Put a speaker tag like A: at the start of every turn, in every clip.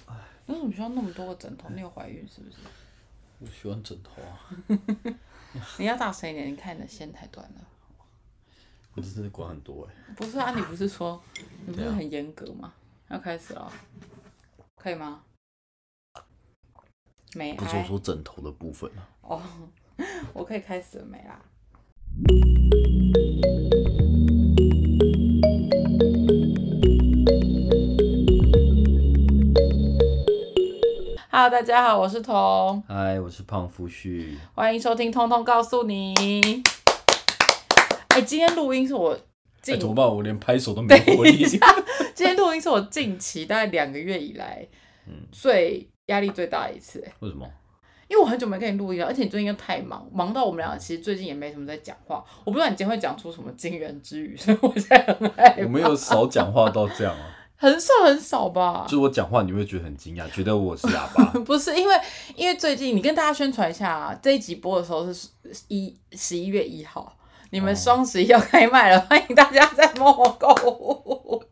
A: 什么需要那么多个枕头？你有怀孕是不是？
B: 我喜欢枕头啊，
A: 你要大声一点，你看你的线太短了。
B: 你真的管很多哎、
A: 不是啊，你不是说你不
B: 对
A: 是
B: 啊
A: 很严格吗？要开始了，可以吗？没
B: 不是我
A: 嗨
B: 说枕头的部分啊，
A: 哦，我可以开始了没啦？Hello，大家好，我是彤，
B: 嗨，哎我是胖夫婿，
A: 欢迎收听《通通告诉你》。哎、今天录音是我
B: 哎、
A: 近
B: 怎么办？我连拍手都没 有力。
A: 今天录音是我近期大概两个月以来
B: 嗯
A: 最压力最大的一次、欸
B: 为什么？
A: 因为我很久没跟你录音了，而且你最近又太忙，忙到我们俩其实最近也没什么在讲话。我不知道你今天会讲出什么惊人之语，所以我现在很害
B: 我
A: 怕。
B: 没有少讲话到这样啊，
A: 很少很少吧
B: 就？是我讲话你会觉得很惊讶，觉得我是哑
A: 。
B: 巴
A: 不是因为因为最近你跟大家宣传一下、啊，这一集播的时候是一十一月一号。你们
B: 哦
A: 双十一要开卖了，欢迎大家在某某购物。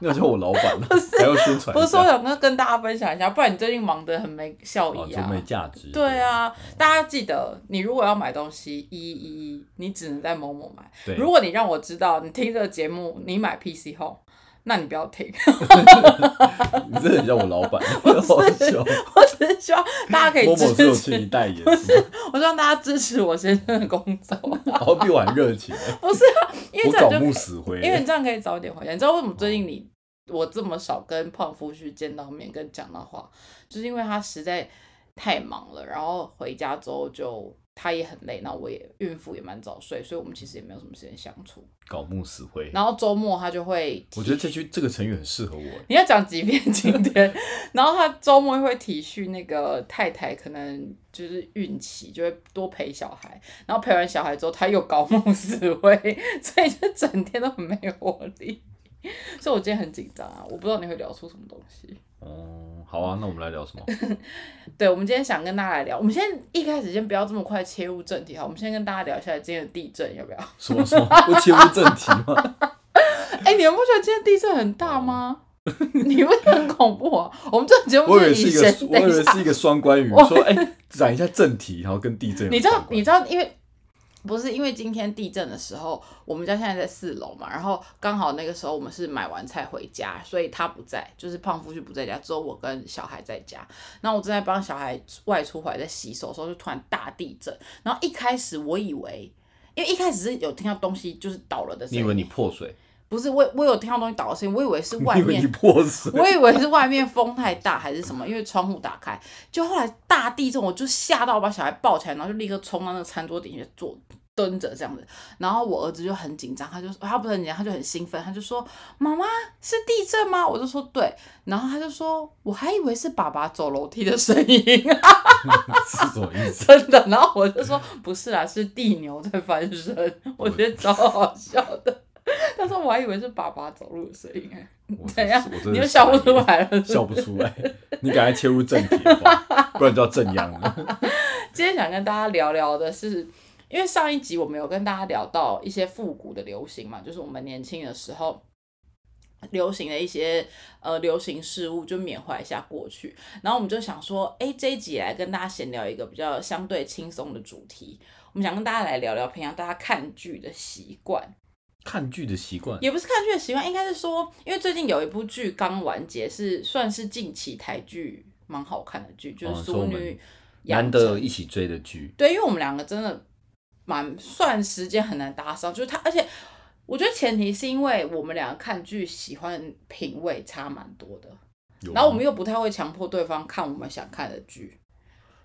B: 你好像我老板了，啊还要宣传一下，
A: 不是说想跟跟大家分享一下，不然你最近忙得很没效
B: 哦，
A: 益
B: 就
A: 啊。
B: 没价值。
A: 对，啊，大家记得，你如果要买东西，一一一，你只能在某某买。
B: 对，
A: 如果你让我知道你听这个节目，你买 PC Home，那你不要听。
B: 你真的很像我老板，好笑。
A: 我只是希望大家可以
B: 某某是有
A: 支
B: 请你
A: 持，
B: 代言，是吗
A: 我希望大家支持我先生的工作，
B: 然后比我还热情，欸
A: 不是 啊，因为
B: 我
A: 这样
B: 搞
A: 就可
B: 木
A: 以
B: 死灰。欸
A: 因为你这样可以早点回家。你知道为什么最近你我这么少跟胖夫婿见到面跟讲到话，就是因为他实在太忙了，然后回家之后就他也很累，那我也孕妇也蛮早睡，所以我们其实也没有什么时间相处。
B: 搞木死灰。
A: 然后周末他就会提，
B: 我觉得这句这个成语很适合我，欸
A: 你要讲几遍今天，然后他周末会体恤那个太太，可能就是孕期就会多陪小孩，然后陪完小孩之后他又搞梦死灰，所以就整天都很没有活力。 所以我今天很紧张啊，我不知道你会聊出什么东西。
B: 哦，好啊，那我们来聊什么？
A: 对，我们今天想跟大家来聊，我们先一开始先不要这么快切入正题哈，我们先跟大家聊一下今天的地震要不要？
B: 什么什 么？不切入正题吗？
A: 哎、你们不觉得今天地震很大吗？ 你不觉得很恐怖啊？我们这个节目
B: 我以为
A: 是
B: 是一
A: 神
B: 个，我
A: 等
B: 以
A: 一下
B: 为是一个双关语，
A: 我
B: 说哎，讲一下正题，然后跟地震有
A: 你知道
B: 相，关
A: 你知道，因为不是因为今天地震的时候，我们家现在在四楼嘛，然后刚好那个时候我们是买完菜回家，所以他不在，就是胖夫婿不在家，只有我跟小孩在家。那我正在帮小孩外出回来在洗手的时候，就突然大地震。然后一开始我以为，因为一开始是有听到东西就是倒了的声
B: 你
A: 音，
B: 以为你破水？
A: 不是我我有听到东西倒的声音，我以为是外
B: 你以为
A: 面
B: 你破水？
A: 我以为是外面风太大还是什么，因为窗户打开，就后来大地震，我就吓到把小孩抱起来，然后就立刻冲到那个餐桌底下坐蹲着这样子。然后我儿子就很紧张，他就他不是很紧张，他就很兴奋，他就说：“妈妈是地震吗？”我就说：“对。”然后他就说：“我还以为是爸爸走楼梯的声音， 啊
B: 是什么意 思？
A: 真的。”然后我就说：“不是啦，是地牛在翻身。”我觉得超好笑的。 他说：“我还以为是爸爸走路的声音。”
B: 我
A: 怎样
B: 我真？的
A: 你又笑不出来了是不是
B: 笑不出来。你赶快切入正题好不 好，不然就要正样了。
A: 今天想跟大家聊聊的是，因为上一集我们有跟大家聊到一些复古的流行嘛，就是我们年轻的时候流行的一些呃流行事物，就缅怀一下过去。然后我们就想说，哎，这一集来跟大家闲聊一个比较相对轻松的主题。我们想跟大家来聊聊平常大家看剧的习惯，
B: 看剧的习惯，
A: 也不是看剧的习惯，应该是说，因为最近有一部剧刚完结，是算是近期台剧蛮好看的剧，就是《
B: 哦说我
A: 淑
B: 们
A: 女养
B: 难
A: 成》
B: 得一起追的剧，
A: 对，因为我们两个真的蛮算时间很难搭上，就是他，而且我觉得前提是因为我们两个看剧喜欢品味差蛮多的，
B: 有
A: 然后我
B: 吗
A: 们又不太会强迫对方看我们想看的剧。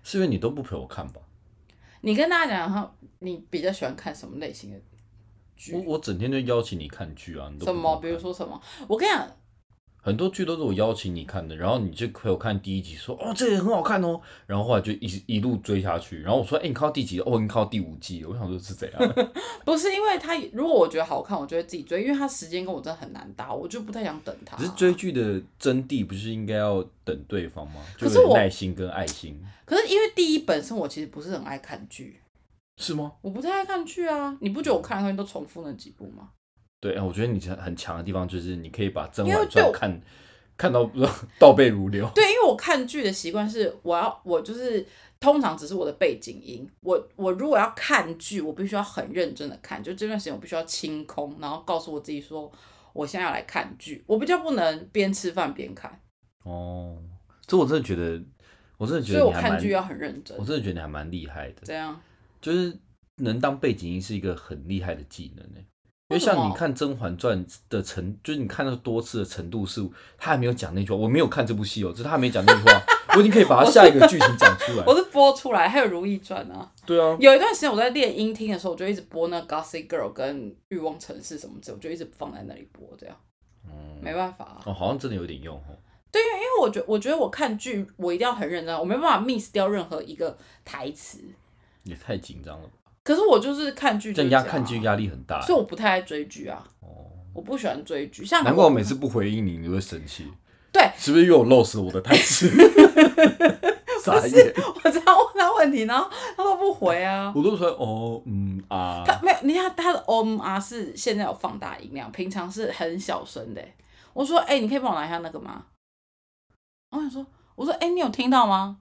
B: 是因为你都不陪我看吧？
A: 你跟大家讲，哈，你比较喜欢看什么类型的
B: 我
A: 剧？
B: 我整天就邀请你看剧啊，你都不
A: 什
B: 陪
A: 么？
B: 我
A: 比如
B: 看
A: 说什么？我跟你讲，
B: 很多剧都是我邀请你看的，然后你就陪我看第一集说哦这也很好看哦，然后后来就一一路追下去，然后我说哎、你看到第几集？哦你看到第五季了，我想说是怎 样？
A: 不是因为他，如果我觉得好看，我就会自己追，因为他时间跟我真的很难搭，我就不太想等他。
B: 只是追剧的真谛不是应该要等对方 吗？
A: 可
B: 就是有
A: 我
B: 耐心跟爱心
A: 可是因为第一本身我其实不是很爱看剧，
B: 是吗？
A: 我不太爱看剧啊。你不觉得我看来看去都重复那几部吗？
B: 对，哎我觉得你很强的地方就是你可以把《甄
A: 因为
B: 嬛
A: 对
B: 传
A: 我》
B: 看看到 倒背如流。
A: 对，因为我看剧的习惯是，我要我就是通常只是我的背景音。我我如果要看剧，我必须要很认真的看，就这段时间我必须要清空，然后告诉我自己说，我现在要来看剧。我比较不能边吃饭边看，
B: 哦，这我真的觉得，我啊真的觉
A: 所以
B: 得
A: 我
B: 你还
A: 看
B: 蛮，
A: 剧要很认真
B: 我。真的觉得你还蛮厉害的，
A: 这样，
B: 就是能当背景音是一个很厉害的技能呢。
A: 为
B: 因为
A: 什么
B: 像你看《甄嬛传》的程，就是你看到多次的程度是，他还没有讲那句话，我没有看这部戏哦，就是他还没讲那句 话，我已经可以把他下一个剧情讲出来
A: 我。是播出来，还有《如懿传》啊。
B: 对啊，
A: 有一段时间我在练音听的时候，我就一直播那《Gossip Girl》跟《欲望城市》什么之类，我就一直放在那里播，这样没
B: 嗯，
A: 办法、啊。
B: 哦，好像真的有点用哦。
A: 因为我觉我觉得我看剧我一定要很认真，我没办法 miss 掉任何一个台词。
B: 也太紧张了吧，
A: 可是我就是看剧就
B: 这
A: 是
B: 压
A: 这样啊
B: 看剧，压力很大。欸
A: 所以我不太爱追剧啊，
B: 哦，
A: 我不喜欢追剧。像
B: 难怪我每次不回应你，你会生气。
A: 对，
B: 是不是又有漏失我的台 词？傻眼，
A: 我只要问他问题，然后他都不回 啊。
B: 我都说哦，嗯啊，
A: 他没有，你看他的 OMR 是现在有放大音量，平常是很小声的欸。我说，哎、你可以帮我拿一下那个吗？我想说，我说，哎、你有听到吗？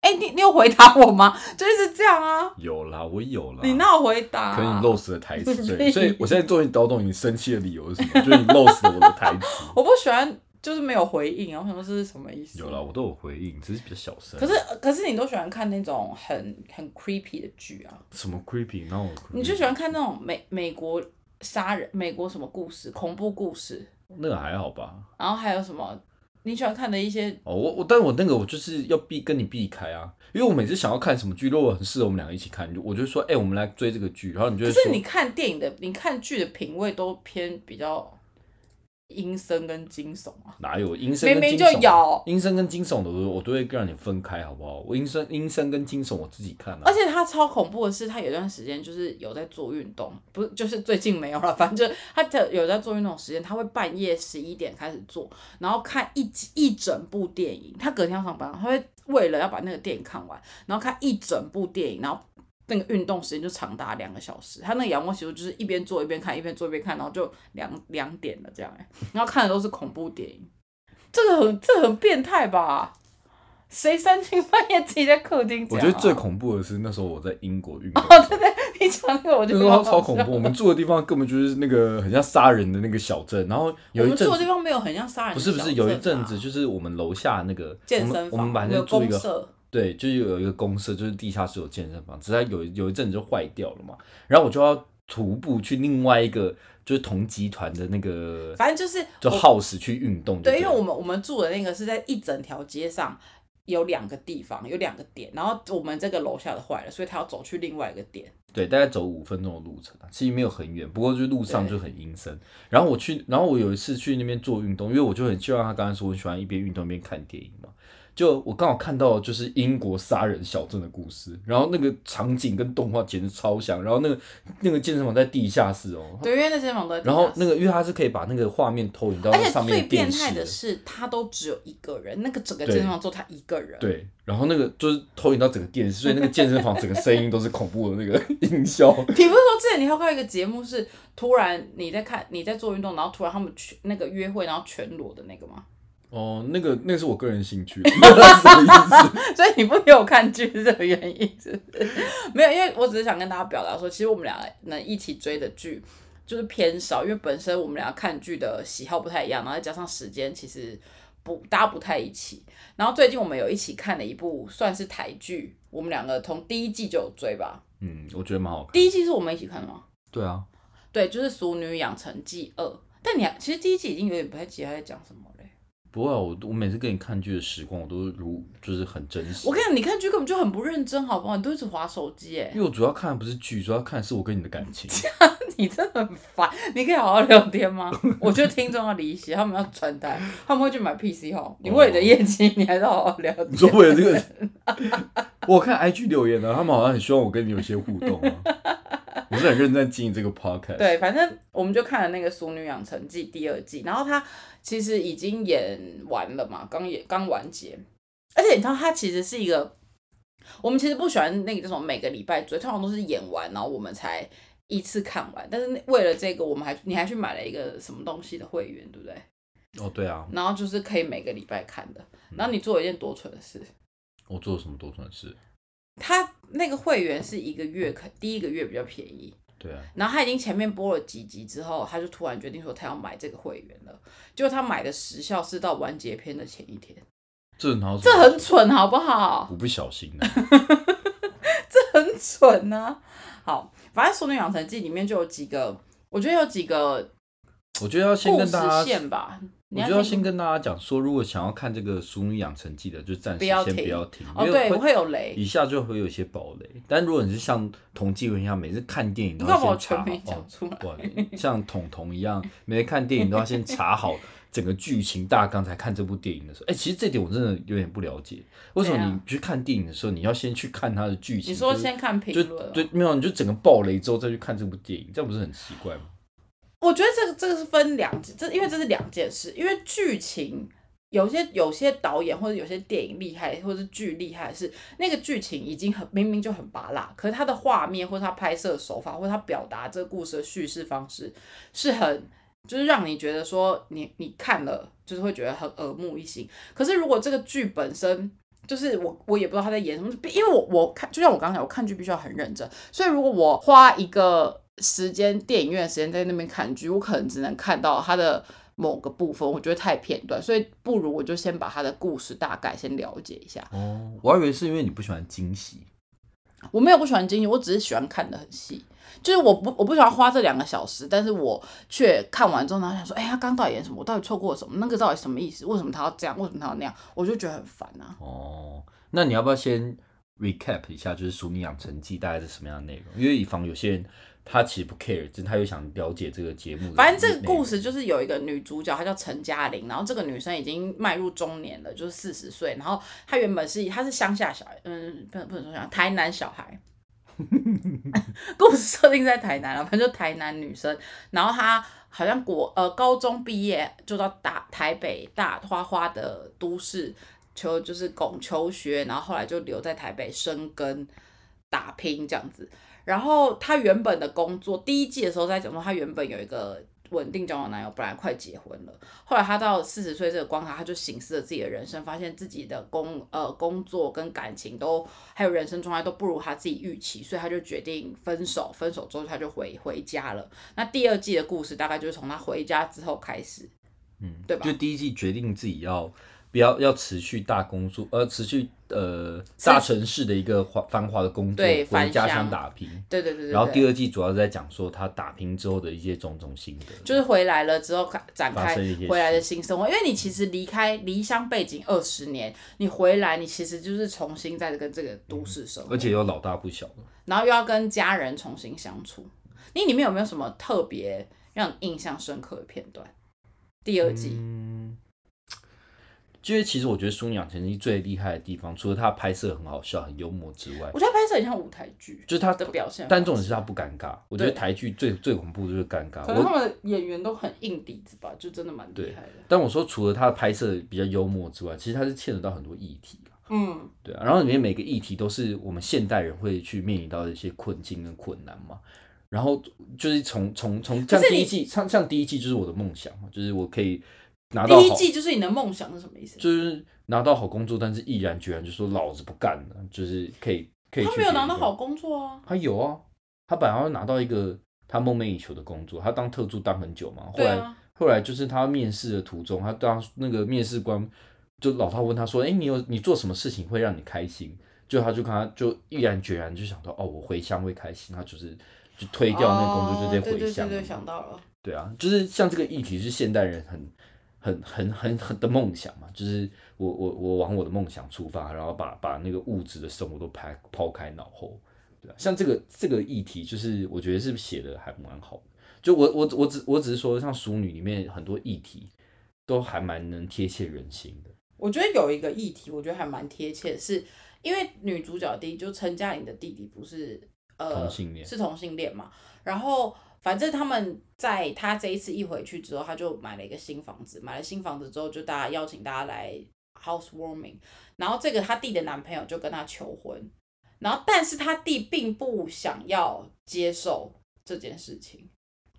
A: 哎、你你有回答我吗？就是这样啊，
B: 有啦，我有啦。
A: 你哪有回答、啊？
B: 可能你漏失了台词，所
A: 对
B: 以所以我现在终于搞懂你生气的理由是什么， 就是你漏失了我的台词。
A: 我不喜欢就是没有回应啊，我想说这是什么意思？
B: 有啦，我都有回应，只是比较小声。
A: 可是可是你都喜欢看那种很很 creepy 的剧啊，
B: 什么 creepy？然后
A: 你就喜欢看那种美美国杀人、美国什么故事、恐怖故事，
B: 那个还好吧？
A: 然后还有什么你喜欢看的一些
B: 哦，我我，但我那个我就是要避跟你避开啊，因为我每次想要看什么剧，如果很适合我们两个一起看，我就说，哎、我们来追这个剧，然后你就
A: 可
B: 会
A: 是
B: 说，
A: 你看电影的、你看剧的品味都偏比较阴森跟惊悚啊。
B: 哪有阴森
A: 明
B: 跟
A: 明
B: 惊
A: 就
B: 悚？
A: 有，
B: 阴森跟惊悚的，我我都会让你分开，好不好？我阴森阴森跟惊悚我自己看啊。
A: 而且他超恐怖的是，他有段时间就是有在做运动，不是就是最近没有了，反正就他的有在做运动的时间，他会半夜十一点开始做，然后看一集一整部电影，他隔天要上班，他会为了要把那个电影看完，然后看一整部电影，然后。那个运动时间就长达两个小时，他那个仰卧起坐就是一边做一边看，一边做一边看，然后就两两点了这样、欸，然后看的都是恐怖电影，这个很这个很变态吧？谁三更半夜自己在客厅、啊？
B: 我觉得最恐怖的是那时候我在英国运动，
A: 你讲那个我就
B: 那时
A: 觉
B: 候
A: 得
B: 超恐怖。我们住的地方根本就是那个很像杀人的那个小镇，然后有
A: 我
B: 一
A: 们
B: 阵
A: 住
B: 子
A: 的地方没有很像杀人
B: 不
A: 的
B: 是
A: 小镇
B: 不
A: 啊、
B: 是有一阵子就是我们楼下那个
A: 健身
B: 我
A: 房
B: 们我们本来
A: 有
B: 就住
A: 公
B: 一个
A: 社，
B: 对，就是有一个公社，就是地下室有健身房，只是它有有一阵子就坏掉了嘛，然后我就要徒步去另外一个就是同集团的那个
A: 反正就是
B: 就
A: 我
B: house 去运动就
A: 对，
B: 对了，
A: 因为我们我们住的那个是在一整条街上。有两个地方，有两个点，然后我们这个楼下的坏了，所以他要走去另外一个点。
B: 对，大概走五分钟的路程啊，其实没有很远，不过就路上就很阴森。然后我去，然后我有一次去那边做运动，因为我就很就像他刚才说，我喜欢一边运动一边看电影嘛。就我刚好看到就是英国杀人小镇的故事，然后那个场景跟动画简直超像，然后那个那个健身房在地下室哦，
A: 对，因为那些房都在地
B: 然后
A: 下室
B: 那个因为它是可以把那个画面投影到
A: 而且
B: 上面
A: 最
B: 的
A: 变
B: 电
A: 态
B: 视
A: 的
B: 的，
A: 是，他都只有一个人，那个整个
B: 对
A: 健身房只有他一个人。
B: 对，然后那个就是投影到整个电视，所以那个健身房整个声音都是恐怖的那个 音效。
A: 你不是说之前你还有看到一个节目是突然你在看你在做运动，然后突然他们去那个约会，然后全裸的那个吗？
B: 哦，那个那个是我个人兴趣， 什么意思？
A: 所以你不给我看剧是这个原因，是不是？没有，因为我只是想跟大家表达说，其实我们俩能一起追的剧就是偏少，因为本身我们俩看剧的喜好不太一样，然后再加上时间其实不搭不太一起。然后最近我们有一起看了一部算是台剧，我们两个从第一季就有追吧。
B: 嗯，我觉得蛮好看。
A: 第一季是我们一起看的吗？
B: 对啊，
A: 对，就是《俗女养成记二》。但你还其实第一季已经有点不太记得他在讲什么嘞。
B: 不会啊，我我每次跟你看剧的时光，我都如就是很珍惜。
A: 我跟你讲，你看剧根本就很不认真，好不好？你都一直划手机哎
B: 因。为我主要看的不是剧，主要看的是我跟你的感情。
A: 你真的很烦，你可以好好聊天吗？ 我觉得听众要理解，他们要传达，他们会去买 PC 哦。你为了你的业绩，你还是好好聊
B: 你说
A: 天。
B: 为了这个，我看 IG 留言啊，他们好像很希望我跟你有一些互动啊。 我是很认真经营这个 podcast。，
A: 对，反正我们就看了那个《俗女养成记》第二季，然后它其实已经演完了嘛，刚演刚完结，而且你知道它其实是一个，我们其实不喜欢那个这种每个礼拜追，通常都是演完然后我们才一次看完，但是那为了这个，我们还你还去买了一个什么东西的会员，对不对？
B: 哦，对啊，
A: 然后就是可以每个礼拜看的。
B: 嗯
A: 然后你做一件多蠢的事，
B: 我做了什么多蠢事？
A: 他那个会员是一个月可第一个月比较便宜，
B: 对啊，
A: 然后他已经前面播了几集之后，他就突然决定说他要买这个会员了。结果他买的时效是到完结篇的前一
B: 嗯
A: 天，
B: 这很好，
A: 这很蠢，好不好？
B: 我不小心啊的、
A: 这很蠢啊！好，反正《熟女养成记》里面就有几个，我觉得有几个
B: 我觉得要先
A: 故
B: 跟大
A: 事
B: 家，
A: 线吧。
B: 我
A: 你
B: 觉得要
A: 听
B: 先跟大家讲说，如果想要看这个《熟女养成记》的，就暂
A: 不
B: 时
A: 要
B: 先
A: 停
B: 不要停，
A: 哦，
B: 因
A: 对，
B: 为
A: 我会有雷。
B: 以下就会有一些堡垒。但如果你是像童纪文一样，每次看电影
A: 你
B: 都
A: 干
B: 要
A: 嘛把我
B: 先
A: 全
B: 查
A: 名
B: 好
A: 讲，出来？
B: 哇，像童童一样，每次看电影都要先 查好整个剧情大纲才看这部电影的时候，哎、其实这点我真的有点不了解，为什
A: 怎
B: 么
A: 样
B: 你去看电影的时候，你要先去看它的剧
A: 啊
B: 情？
A: 你说
B: 就是
A: 先看评
B: 就
A: 论哦。
B: 对，没有，你就整个爆雷之后再去看这部电影，这样不是很奇怪吗？
A: 我觉得这个这个是分两，这因为这是两件事，因为剧情有些有些导演或者有些电影厉害，或者是剧厉害是那个剧情已经很明明就很拔辣，可是他的画面或者他拍摄手法或者他表达这个故事的叙事方式是很。就是让你觉得说你你看了就是会觉得很耳目一新，可是如果这个剧本身就是我我也不知道他在演什么，因为我我看就像我刚才我看剧必须要很认真，所以如果我花一个时间电影院的时间在那边看剧，我可能只能看到它的某个部分，我觉得太片段，所以不如我就先把它的故事大概先了解一下。
B: 哦，我还以为是因为你不喜欢惊喜，
A: 我没有不喜欢惊喜，我只是喜欢看的很细。就是我不我不喜欢花这两个小时，但是我却看完之后，然后想说，哎、他刚到底演什么？我到底错过了什么？那个到底什么意思？为什么他要这样？为什么他要那样？我就觉得很烦啊。
B: 哦，那你要不要先 recap 一下，就是《熟女养成记》大概是什么样的内容？因为以防有些人他其实不 care，但他又想了解这个节目的内容。
A: 反正这个故事就是有一个女主角，她叫陈嘉玲，然后这个女生已经迈入中年了，就是四十岁，然后她原本是她是乡下小孩，嗯，不能不能说乡下，台南小孩。 故事设定在台南啊，反正就台南女生，然后她好像国呃高中毕业就到大台北大花花的都市求就是拱求学，然后后来就留在台北生根打拼这样子。然后她原本的工作，第一季的时候在讲说，她原本有一个稳定交往男友，本来快结婚了。后来她到四十岁这个关卡，她就醒思了自己的人生，发现自己的工呃工作跟感情都还有人生状态都不如她自己预期，所以她就决定分手。分手之后，她就回回家了。那第二季的故事大概就是从她回家之后开始。
B: 嗯，
A: 对吧
B: 就第一季决定自己要不要要辞去大工作，呃，辞去呃
A: 辞
B: 大城市的一个繁繁华的工作，
A: 对
B: 回
A: 返
B: 家
A: 乡
B: 乡打拼。
A: 对对对对对。
B: 然后第二季主要是在讲说他打拼之后的一些种种心得，
A: 就是回来了之后开展
B: 发
A: 开
B: 生一些
A: 回来的新生活，因为你其实离开离乡背景二十年，你回来你其实就是重新在跟这个都市生活，
B: 嗯而且又老大不小了。
A: 然后又要跟家人重新相处。你里面有没有什么特别让你印象深刻的片段？第二季，
B: 嗯，就是其实我觉得《淑女养成记》最厉害的地方，除了它拍摄很好笑、很幽默之外
A: 我，觉得拍摄很像舞台剧，
B: 就是它
A: 的表现
B: 但重点是它不尴尬。我觉得
A: 对
B: 台剧最最恐怖的就是尴尬。
A: 可能
B: 我
A: 他们的演员都很硬底子吧，就真的蛮厉害的。
B: 但我说除了它的拍摄比较幽默之外，其实它是牵扯到很多议题啦
A: 嗯，
B: 对啊，然后里面每个议题都是我们现代人会去面临到的一些困境跟困难嘛。然后就是从从从
A: 可
B: 像
A: 是
B: 第
A: 你
B: 一季，像像第一季就是我的梦想嘛，就是我可以拿到
A: 第一
B: 好，
A: 季就是你的梦想是什么意思？
B: 就是拿到好工作，但是毅然决然就说老子不干了，就是可以可以。
A: 他没有拿到好，工作啊，
B: 他有啊，他本来要拿到一个他梦寐以求的工作，他当特助当很久嘛，后
A: 对
B: 来、
A: 啊，
B: 后来就是他面试的途中，他当那个面试官就老套问他说：“哎、你有你做什么事情会让你开心？”就他就跟他就毅然决然就想到：“哦，我回乡会开心。”他就是就推掉那个工作，就直
A: 哦对
B: 接回
A: 对对
B: 乡了嘛。
A: 对，想到了。
B: 对啊，就是像这个议题是现代人很、很、很、很、很的梦想嘛，就是我、我、我往我的梦想出发，然后把把那个物质的生活都抛抛开脑后，对啊，像这个这个议题，就是我觉得是写的还蛮好的。就我我我只我只是说，像《熟女》里面很多议题都还蛮能贴切人心的。
A: 我觉得有一个议题，我觉得还蛮贴切的是，因为女主角弟就陈嘉颖的弟弟不是呃
B: 同性恋
A: 是同性恋嘛，然后反正他们在他这一次一回去之后，他就买了一个新房子，买了新房子之后，就大家邀请大家来 housewarming，然后这个他弟的男朋友就跟她求婚，然后但是他弟并不想要接受这件事情。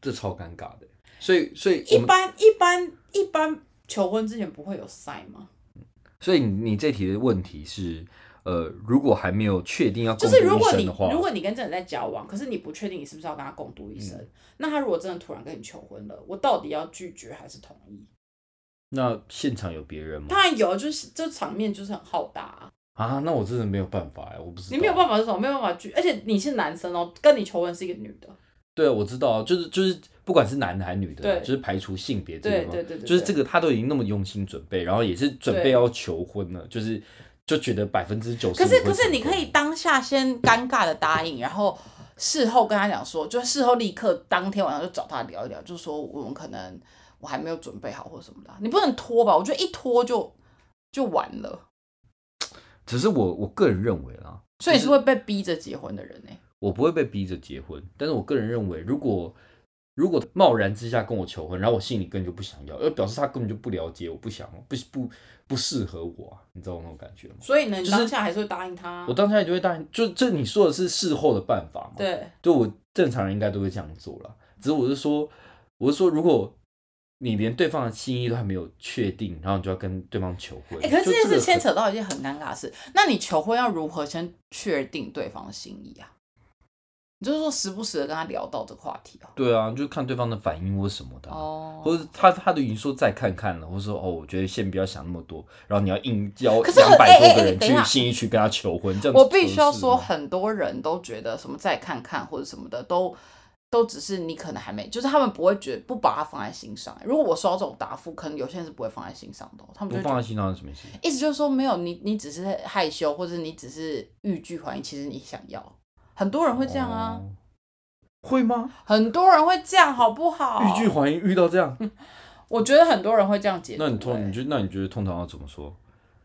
B: 这超尴尬的。所以，所以我
A: 一
B: 们
A: 般一般一般求婚之前不会有赛吗？
B: 所以你你这题的问题是，呃，如果还没有确定要
A: 就
B: 共度
A: 是如
B: 一
A: 果
B: 生
A: 你
B: 的话，
A: 如果你跟这个人在交往，可是你不确定你是不是要跟他共度一
B: 嗯
A: 生，那他如果真的突然跟你求婚了，我到底要拒绝还是同意？
B: 那现场有别人吗？
A: 当然有，就是这场面就是很浩大、啊，
B: 啊，那我真的没有办法哎、我不知道。
A: 你没有办法是什么？没有办法拒，而且你是男生哦，跟你求婚是一个女的，
B: 对，我知道，啊就是就是，不管是男的还是女的，
A: 对
B: 就是排除性别这个
A: 对
B: 嘛，
A: 对对对，
B: 就是这
A: 个
B: 个他都已经那么用心准备，然后也是准备
A: 对
B: 要求婚了，就是就觉得百分之九十。
A: 可是可是你可以当下先尴尬的答应，然后事后跟他讲说，就事后立刻当天晚上就找他聊一聊，就说我们可能我还没有准备好或什么的啊，你不能拖吧？我觉得一拖就就完了，
B: 只是我我个人认为啦，
A: 所以你是会被逼着结婚的人呢、欸
B: 我不会被逼着结婚，但是我个人认为，如果如果贸然之下跟我求婚，然后我心里根本就不想要，而呃表示他根本就不了解我，不想不不不适合我、啊，你知道我那种感觉吗？
A: 所以呢，你
B: 就是
A: 当下还是会答应他啊、
B: 我当下就会答应，就这你说的是事后的办法嘛？
A: 对，
B: 就我正常人应该都会这样做啦。只是我是说，我是说，如果你连对方的心意都还没有确定，然后你就要跟对方求婚，
A: 哎、可是
B: 就
A: 这件
B: 个
A: 事牵
B: 很
A: 扯到一件很尴尬的事，那你求婚要如何先确定对方的心意啊？你就是说时不时的跟他聊到这个话题哦。
B: 对啊，就看对方的反应或什么的啊、
A: 哦
B: 或者他他都已经说再看看了，或者说哦，我觉得先不要想那么多，然后你要硬邀
A: 可是
B: 两百
A: 哎
B: 多
A: 哎
B: 个
A: 哎
B: 人
A: 等一下
B: 去新一区跟他求婚，这样
A: 我
B: 子
A: 必须要
B: 合适
A: 说，
B: 吗
A: 很多人都觉得什么再看看或者什么的，都都只是你可能还没，就是他们不会觉得不把它放在心上、如果我收到这种答复，可能有些人是不会放在心上的哦、他们
B: 不
A: 就会觉
B: 放
A: 得
B: 在心上是什么意思？
A: 意思就是说没有你，你只是害羞，或者你只是欲拒还迎，其实你想要。很多人会这样啊，
B: 哦，会吗？
A: 很多人会这样，好不好？
B: 欲拒还迎遇到这样，
A: 嗯我觉得很多人会这样解读、
B: 那你通
A: 欸
B: 你觉得那你觉得通常要怎么说？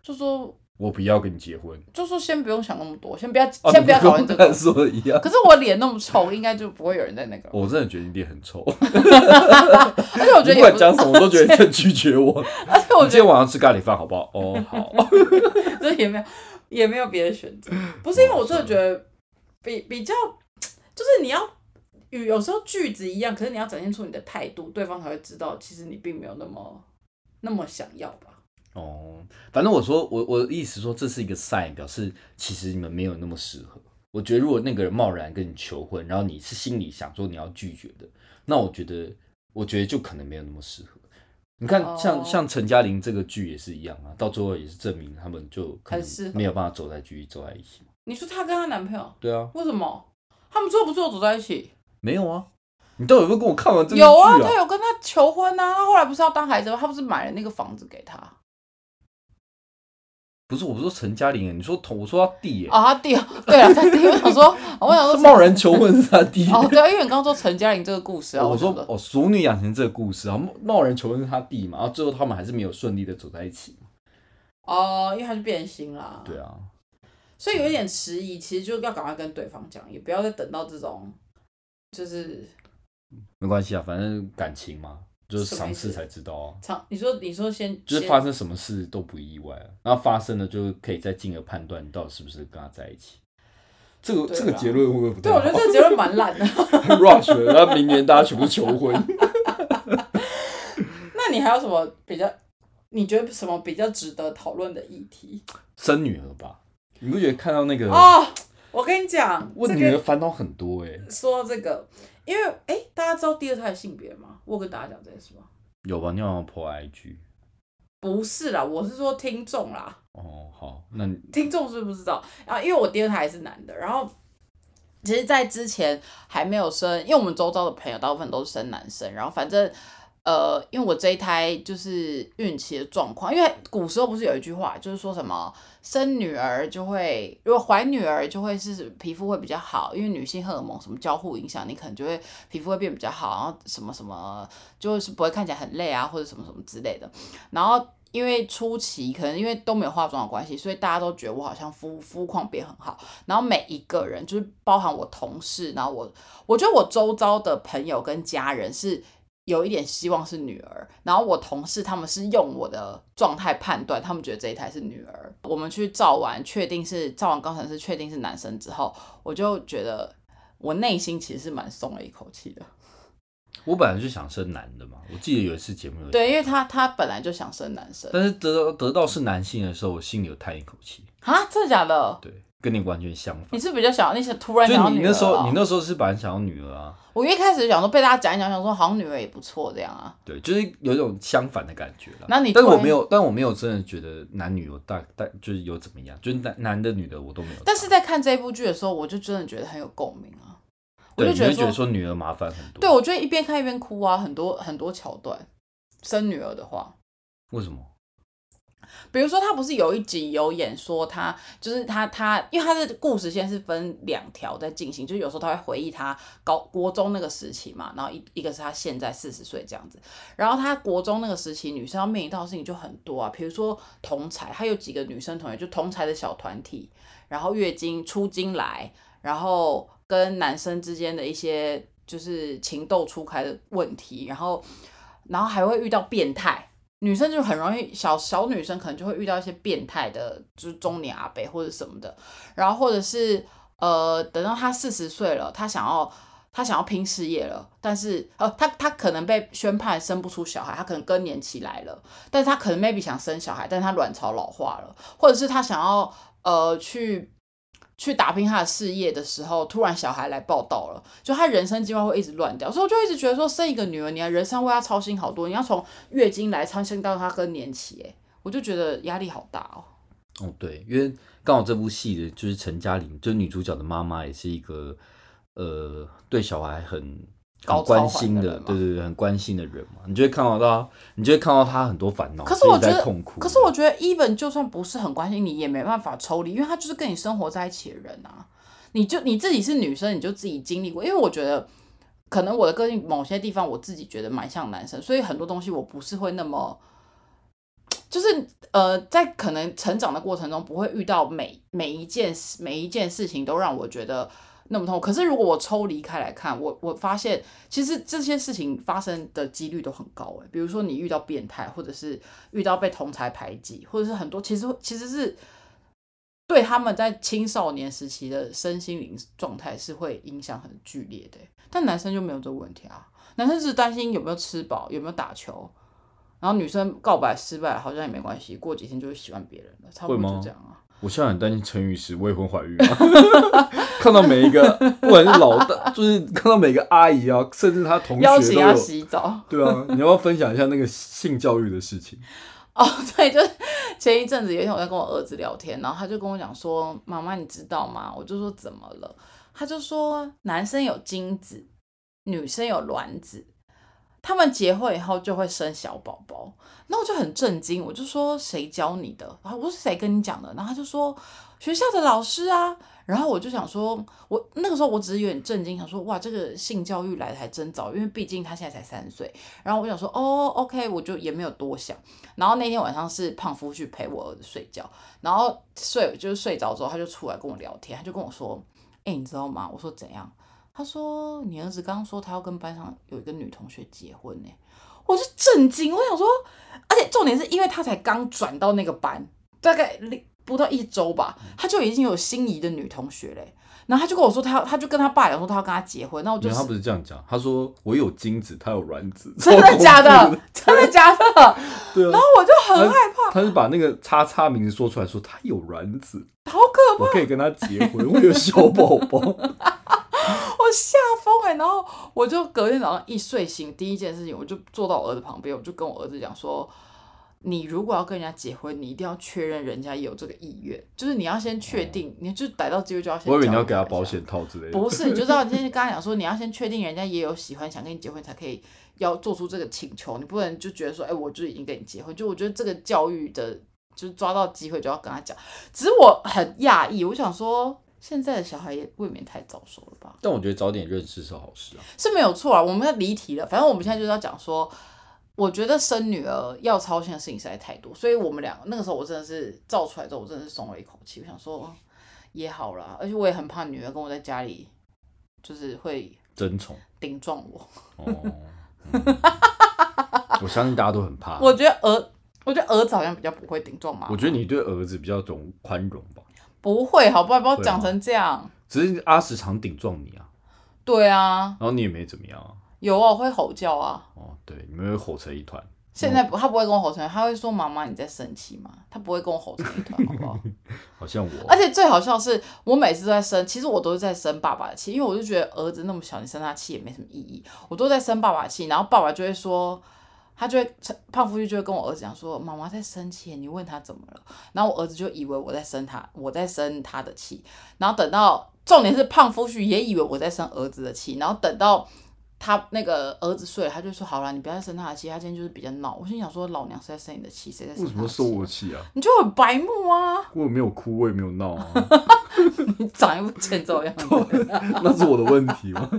A: 就说
B: 我不要跟你结婚，
A: 就说先不用想那么多，先不要、
B: 哦
A: 先不要
B: 你跟
A: 讨
B: 我
A: 论这个
B: 刚才。说的一样。
A: 可是我脸那么丑，应该就不会有人在那个。
B: 我真的觉得你脸很臭，
A: 而且我觉得
B: 你不
A: 也
B: 管
A: 不，
B: 讲什么，我都觉得你在拒绝我。
A: 而且我
B: 你今
A: 觉
B: 天晚上吃咖喱饭好不好？哦，好。
A: 得这也没有也没有别的选择。不是因为我真的觉得比比较，就是你要与有时候句子一样，可是你要展现出你的态度，对方才会知道其实你并没有那么那么想要吧。
B: 哦，反正我说我我的意思说这是一个 sign，表示其实你们没有那么适合。我觉得如果那个人贸然跟你求婚，然后你是心里想说你要拒绝的，那我觉得我觉得就可能没有那么适合。你看
A: 哦
B: 像，像陈嘉玲这个剧也是一样啊，到最后也是证明他们就可
A: 很适
B: 能
A: 合
B: 没有办法走在继续走在一起嘛。
A: 你说她跟她男朋友
B: 对啊，
A: 为什么？他们最后不是有走在一起？
B: 没有啊，你到底有没有跟我看完这个剧啊
A: 有她有跟他求婚啊。她后来不是要当孩子吗？她不是买了那个房子给他？
B: 不是，我不是说陈嘉玲，啊你说同我说他弟耶，
A: 哦，他弟， 对了，他弟，我想说，我想说
B: 是贸然求婚是他弟。
A: 哦，对啊，因为你刚刚说陈嘉玲这个故事啊，
B: 我
A: 想
B: 说
A: 的
B: 哦，《熟女养成这个故事啊，贸贸然求婚是他弟嘛，然后最后他们还是没有顺利的走在一起嘛。
A: 哦，因为他就变心啦，
B: 对，啊，
A: 所以有一点迟疑，其实就要赶快跟对方讲，也不要再等到这种，就是
B: 没关系啊，反正感情嘛，就是
A: 什么
B: 尝
A: 意思
B: 试才知道啊。
A: 长，你说你说先
B: 就是
A: 先
B: 发生什么事都不意外啊，然后发生了就可以再进而判断你到底是不是跟他在一起。这个
A: 对啊
B: 这个结论会不会不
A: 对，
B: 太
A: 我觉得
B: 好
A: 这个结论蛮烂的。
B: ？rush 了，然后明年大家全部求婚。
A: 那你还有什么比较？你觉得什么比较值得讨论的议题？
B: 生女儿吧，你不觉得看到那个、
A: 哦，我跟你讲，
B: 问
A: 这
B: 女
A: 个
B: 儿烦恼很多哎、
A: 说到这个，因为哎，大家知道第二胎的性别吗？我有跟大家讲这件事吗？
B: 有吧？你好像 po IG
A: 不是啦，我是说听众啦。
B: 哦，好，那你
A: 听众是不知道啊，因为我第二胎也是男的，然后其实，在之前还没有生，因为我们周遭的朋友大部分都是生男生，然后反正。呃，因为我这一胎就是孕期的状况，因为古时候不是有一句话，就是说什么生女儿就会，如果怀女儿就会是皮肤会比较好，因为女性荷尔蒙什么交互影响，你可能就会皮肤会变比较好，然后什么什么就是不会看起来很累啊，或者什么什么之类的。然后因为初期可能因为都没有化妆的关系，所以大家都觉得我好像肤肤况变很好。然后每一个人，就是包含我同事，然后我我觉得我周遭的朋友跟家人是有一点希望是女儿，然后我同事他们是用我的状态判断，他们觉得这一胎是女儿。我们去照完，确定是照完高层是确定是男生之后，我就觉得我内心其实是蛮松了一口气的。
B: 我本来就想生男的嘛，我记得有一次节目有，
A: 对，因为他他本来就想生男生
B: 但是得得到是男性的时候，我心里有叹一口气，
A: 啊，真的假的？
B: 对，跟你完全相反
A: 你。是比较想，你是突然想
B: 就
A: 要
B: 你
A: 女
B: 那
A: 儿
B: 时候，
A: 啊
B: 你那时候是本来想要女儿啊，
A: 我一开始想说被大家讲一讲，想说好像女儿也不错这样啊。
B: 对，就是有一种相反的感觉了。
A: 那你
B: 但是
A: 突
B: 我
A: 然
B: 没有，但我没有真的觉得男女有大大就是有怎么样，就是男男的女的我都没有差。
A: 但是在看这部剧的时候，我就真的觉得很有共鸣啊。我就
B: 对，你
A: 觉得
B: 会觉得
A: 说
B: 说女儿麻烦很多。
A: 对，我觉得一边看一边哭啊，很多很多桥段。生女儿的话，
B: 为什么？
A: 比如说他不是有一集有演说他就是他他，因为他的故事线是分两条在进行，就是有时候他会回忆他高国中那个时期嘛，然后一一个是他现在四十岁这样子，然后他国中那个时期女生要面临到的事情就很多啊，比如说同才，他有几个女生同学就同才的小团体，然后月经出经来，然后跟男生之间的一些就是情窦初开的问题，然后然后还会遇到变态。女生就很容易，小小女生可能就会遇到一些变态的，就是中年阿伯或者什么的，然后或者是呃，等到她四十岁了，她想要她想要拼事业了，但是呃，她她可能被宣判生不出小孩，她可能更年期来了，但是她可能 maybe 想生小孩，但是她卵巢老化了，或者是她想要呃去去打拼她的事业的时候，突然小孩来报道了，就她人生计划会一直乱掉，所以我就一直觉得说，生一个女儿，你要人生为她操心好多，你要从月经来操心到她更年期，哎，我就觉得压力好大哦。
B: 哦，对，因为刚好这部戏的就是陈嘉玲，就是女主角的妈妈，也是一个呃对小孩很
A: 高
B: 很
A: 超
B: 关
A: 环
B: 心
A: 的
B: 的，
A: 人嘛
B: 对对对，很关心的人嘛，你就会看到她，你就会看到她很多烦恼，
A: 可是我
B: 自己
A: 觉
B: 在
A: 得
B: 痛苦，
A: 可是我觉得，even 就算不是很关心你，也没办法抽离，因为他就是跟你生活在一起的人啊。你就你自己是女生，你就自己经历过。因为我觉得，可能我的个性某些地方我自己觉得蛮像男生，所以很多东西我不是会那么，就是呃，在可能成长的过程中，不会遇到每每一件事每一件事情都让我觉得那么痛苦。可是如果我抽离开来看，我我发现其实这些事情发生的几率都很高诶、比如说你遇到变态，或者是遇到被同才排挤，或者是很多其实其实是对他们在青少年时期的身心灵状态是会影响很剧烈的、欸但男生就没有这个问题啊，男生只是担心有没有吃饱，有没有打球，然后女生告白失败好像也没关系，过几天就会喜欢别人了，差不
B: 会
A: 多
B: 吗
A: 就这样啊。
B: 我现在很担心陈雨石未婚怀孕、啊， 看到每一个不管是老大，就是看到每个阿姨啊，甚至她同
A: 邀
B: 学
A: 请
B: 都
A: 他
B: 有。
A: 洗澡。
B: 对啊，你要不要分享一下那个性教育的事情？
A: 哦， 对，就是前一阵子有一天我在跟我儿子聊天，然后他就跟我讲说：“妈妈，你知道吗？”我就说：“怎么了？”他就说：“男生有精子，女生有卵子，他们结婚以后就会生小宝宝。”那我就很震惊，我就说：“谁教你的？”然后我说：“谁跟你讲的？”然后他就说：“学校的老师啊。”然后我就想说，我那个时候我只是有点震惊，想说哇，这个性教育来的还真早，因为毕竟他现在才三岁。然后我想说，哦，OK，我就也没有多想。然后那天晚上是胖夫去陪我儿子睡觉，然后睡就是睡着之后，他就出来跟我聊天，他就跟我说：“哎、你知道吗？”我说：“怎样？”他说：“你儿子刚刚说他要跟班上有一个女同学结婚呢、我就震惊，我想说，而且重点是因为他才刚转到那个班，大概零不到一周吧，他就已经有心仪的女同学嘞、然后他就跟我说他要，他就跟他爸讲说他要跟他结婚，那我就
B: 没有，
A: 是
B: 他不是这样讲，他说我有精子，他有卵子，
A: 真
B: 超恐
A: 的
B: 怖
A: 假的？真的假的？
B: 对啊，
A: 然后我就很
B: 害怕。他是把那个叉叉名字说出来说他有卵子，
A: 好可
B: 我可以跟他结婚，我有小宝宝。
A: 我吓疯哎！然后我就隔天早上一睡醒，第一件事情我就坐到我儿子旁边，我就跟我儿子讲说：“你如果要跟人家结婚，你一定要确认人家也有这个意愿，就是你要先确定，你就逮到机会就要先。”
B: 我以为你要给他保险。套之类的。
A: 不是，你就知道你先跟他讲说，你要先确定人家也有喜欢想跟你结婚，才可以要做出这个请求。你不能就觉得说，哎、我就已经跟你结婚。就我觉得这个教育的，就是抓到机会就要跟他讲。只是我很讶异，我想说，现在的小孩也未免太早熟了吧？
B: 但我觉得早点认识是好事啊。
A: 是没有错啊。我们要离题了，反正我们现在就是要讲说，我觉得生女儿要操心的事情实在太多，所以我们两个那个时候我真的是造出来之后，我真的是松了一口气，我想说也好啦，而且我也很怕女儿跟我在家里就是会
B: 争宠
A: 顶撞我。
B: 哦， 嗯我相信大家都很怕。
A: 我觉得儿，我觉得儿子好像比较不会顶撞妈妈，
B: 我觉得你对儿子比较懂宽容吧，
A: 不会，好不好？把我
B: 会吗啊
A: 讲成这样，
B: 只是阿石常顶撞你啊，
A: 对啊，
B: 然后你也没怎么样啊。
A: 有啊，我会吼叫啊。
B: 哦，对，你们会吼成一团。
A: 现
B: 嗯
A: 在不，他不会跟我吼成，他会说妈妈你在生气吗？他不会跟我吼成一团，好不好？
B: 好像我，啊
A: 而且最好笑的是，我每次都在生，其实我都是在生爸爸的气，因为我就觉得儿子那么小，你生他气也没什么意义。我都在生爸爸气，然后爸爸就会说，他就会胖夫婿就会跟我儿子讲说，妈妈在生气，你问他怎么了。然后我儿子就以为我在生他，我在生他的气。然后等到重点是胖夫婿也以为我在生儿子的气，然后等到。他那个儿子睡了，他就说：“好了，你不要再生他的气，他今天就是比较闹。”我心想说：“老娘是在生你的气，谁在生
B: 为
A: 他
B: 什
A: 的
B: 么
A: 气
B: 收我气啊？
A: 你就很白目啊！
B: 我也没有哭，我也没有闹啊，
A: 你长一副欠揍样子。
B: 那是我的问题吗？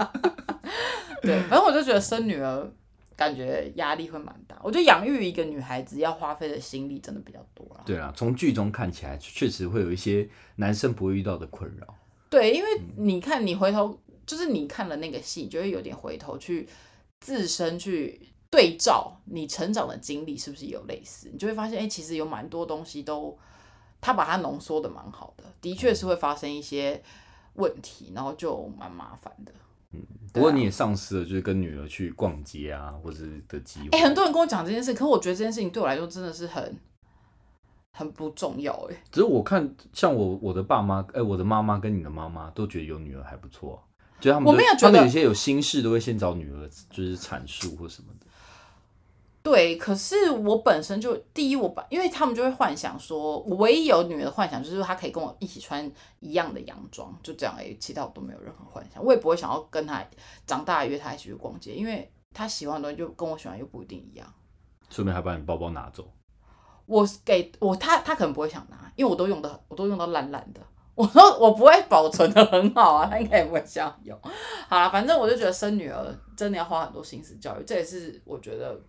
A: 对，反正我就觉得生女儿感觉压力会蛮大。我觉得养育一个女孩子要花费的心力真的比较多啦。
B: 对啊，从剧中看起来确实会有一些男生不会遇到的困扰。
A: 对，因为你看，你回头就是你看了那个戏，你就会有点回头去自身去对照你成长的经历是不是有类似，你就会发现，哎、其实有蛮多东西都他把它浓缩的蛮好的，的确是会发生一些问题，然后就蛮麻烦的。啊
B: 不过你也丧失了就是跟女儿去逛街啊，或者是的机会。
A: 哎、很多人跟我讲这件事，可我觉得这件事情对我来说真的是很很不重要、哎。
B: 只是我看像我我的爸妈，哎、我的妈妈跟你的妈妈都觉得有女儿还不错啊、就他们
A: 我
B: 都
A: 没有觉
B: 他们
A: 得
B: 有些有心事都会先找女儿就是阐述或什么的。
A: 对，可是我本身就第一，我本因为他们就会幻想说，我唯一有女儿的幻想就是她可以跟我一起穿一样的洋装，就这样而已，其他我都没有任何幻想，我也不会想要跟她长大约她一起去逛街，因为她喜欢的东西就跟我喜欢又不一定一样。
B: 顺便还把你包包拿走，
A: 我给我她她可能不会想拿，因为我都用的我都用到烂烂的， 我都我不会保存的很好啊，她应该也不会想要用。好啦，反正我就觉得生女儿真的要花很多心思教育，这也是我觉得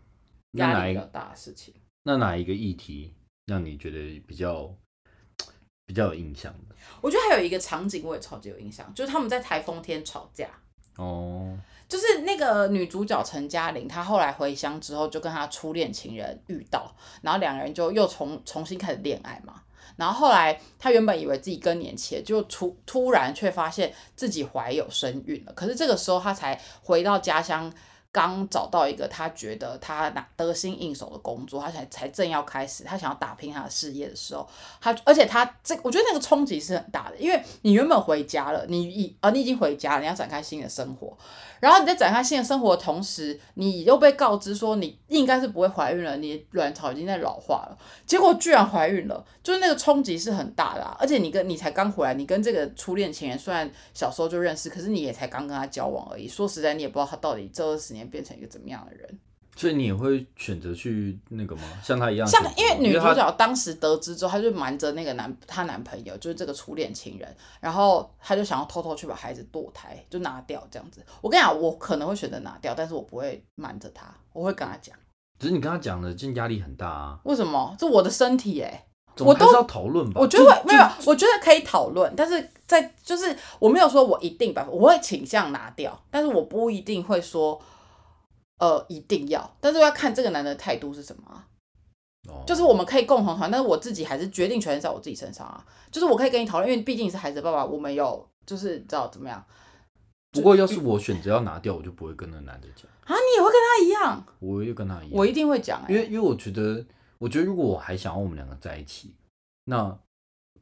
B: 那
A: 压
B: 哪
A: 力
B: 一
A: 比较大的事情。
B: 那哪一个议题让你觉得比较比较有印象的？
A: 我觉得还有一个场景我也超级有印象，就是他们在台风天吵架，
B: 哦，
A: 就是那个女主角陈嘉玲，她后来回乡之后就跟她初恋情人遇到，然后两个人就又重重新开始恋爱嘛。然后后来她原本以为自己更年期了，就突突然却发现自己怀有身孕了。可是这个时候她才回到家乡。刚找到一个她觉得她拿得心应手的工作，她才才正要开始，她想要打拼她的事业的时候，他而且他这，我觉得那个冲击是很大的，因为你原本回家了，你已啊你已经回家了，你要展开新的生活，然后你在展开新的生活的同时，你又被告知说你应该是不会怀孕了，你的卵巢已经在老化了，结果居然怀孕了，就是那个冲击是很大的、啊，而且你跟你才刚回来，你跟这个初恋情人虽然小时候就认识，可是你也才刚跟他交往而已，说实在你也不知道他到底这二十年变成一个怎么样的人。
B: 所以你也会选择去那个吗？像他一样选
A: 像
B: 择吗，
A: 哦因为女主
B: 他
A: 角当时得知之后，她就瞒着那个男她男朋友，就是这个初恋情人，然后她就想要偷偷去把孩子堕胎，就拿掉这样子。我跟你讲，我可能会选择拿掉，但是我不会瞒着她，我会跟她讲。
B: 只是你跟他讲了，这压力很大啊，
A: 为什么？这我的身体哎、
B: 总
A: 我
B: 还
A: 都
B: 是要讨论吧。
A: 我觉得会没有，我觉得可以讨论，但是在就是我没有说我一定百分，我会倾向拿掉，但是我不一定会说，呃，一定要，但是要看这个男的态度是什么啊、
B: 哦
A: 就是我们可以共同讨论，但是我自己还是决定权在我自己身上啊。就是我可以跟你讨论，因为毕竟你是孩子的爸爸，我们有就是你知道怎么样
B: 不过要是我选择要拿掉，我就不会跟那个男的讲，
A: 啊？你也会跟他一样，
B: 我就跟他一样。
A: 我一定会讲、欸。
B: 因为因为我觉得，我觉得如果我还想要我们两个在一起，那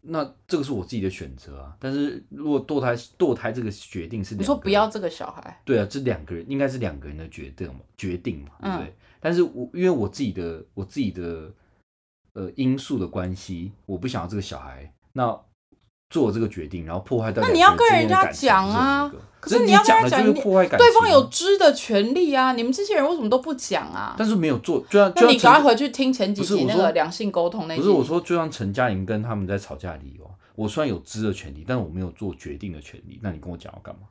B: 那这个是我自己的选择啊。但是如果堕胎堕胎这个决定是
A: 你
B: 两
A: 说
B: 个
A: 不要这个小孩，
B: 对啊，这两个人应该是两个人的决定嘛，决定嘛，对不
A: 嗯
B: 对？但是我因为我自己的我自己的呃因素的关系，我不想要这个小孩，那做这个决定，然后破坏到
A: 那
B: 两
A: 你
B: 个
A: 要跟
B: 人
A: 人
B: 之间的
A: 家
B: 感情
A: 讲
B: 这种
A: 啊
B: 那个
A: 可
B: 只
A: 是
B: 是
A: 你要跟
B: 讲
A: 他
B: 了
A: 讲
B: 就
A: 你
B: 会破坏感情啊，
A: 对方有知的权利啊！你们这些人为什么都不讲啊？
B: 但是没有做，就像就
A: 那
B: 像
A: 你
B: 陈
A: 赶快回去听前几
B: 不是
A: 集
B: 我
A: 那
B: 说
A: 个良性沟通那
B: 不
A: 集。
B: 是我说，就像陈嘉玲跟他们在吵架的理由啊，我虽然有知的权利，但我没有做决定的权利。那你跟我讲要干嘛？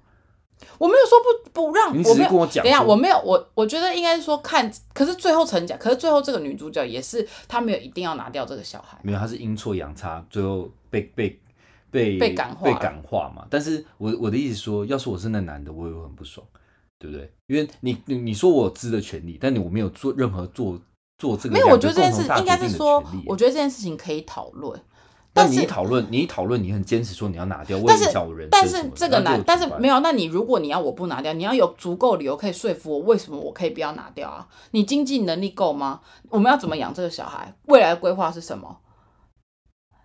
A: 我没有说不不让，啊
B: 你
A: 我
B: 只是
A: 没有
B: 跟我讲
A: 等一下，
B: 说
A: 我没有，我我觉得应该是说看，可是最后成讲，可是最后这个女主角也是，她没有一定要拿掉这个小孩。
B: 没有，他是阴错阳差，最后被被被
A: 被感化
B: 被感化嘛。但是我我的意思说，要是我是那男的，我也会很不爽，对不对？因为你你你说我有知的权利，但你我没有做任何做做这个
A: 没有，
B: 两
A: 我
B: 个
A: 觉得这件
B: 共
A: 事
B: 同大
A: 应该
B: 决
A: 是
B: 定的
A: 说
B: 权利，啊
A: 我觉得这件事情可以讨论，
B: 那
A: 但是
B: 你一讨论，你一讨论，你很坚持说你要拿掉，为
A: 但
B: 影
A: 是
B: 响我人生
A: 但
B: 什
A: 是
B: 么的
A: 这个
B: 那
A: 难，但是没
B: 有
A: 有。那你如果你要我不拿掉，你要有足够理由可以说服我为什么我可以不要拿掉啊？你经济能力够吗？我们要怎么养这个小孩？未来的规划是什么？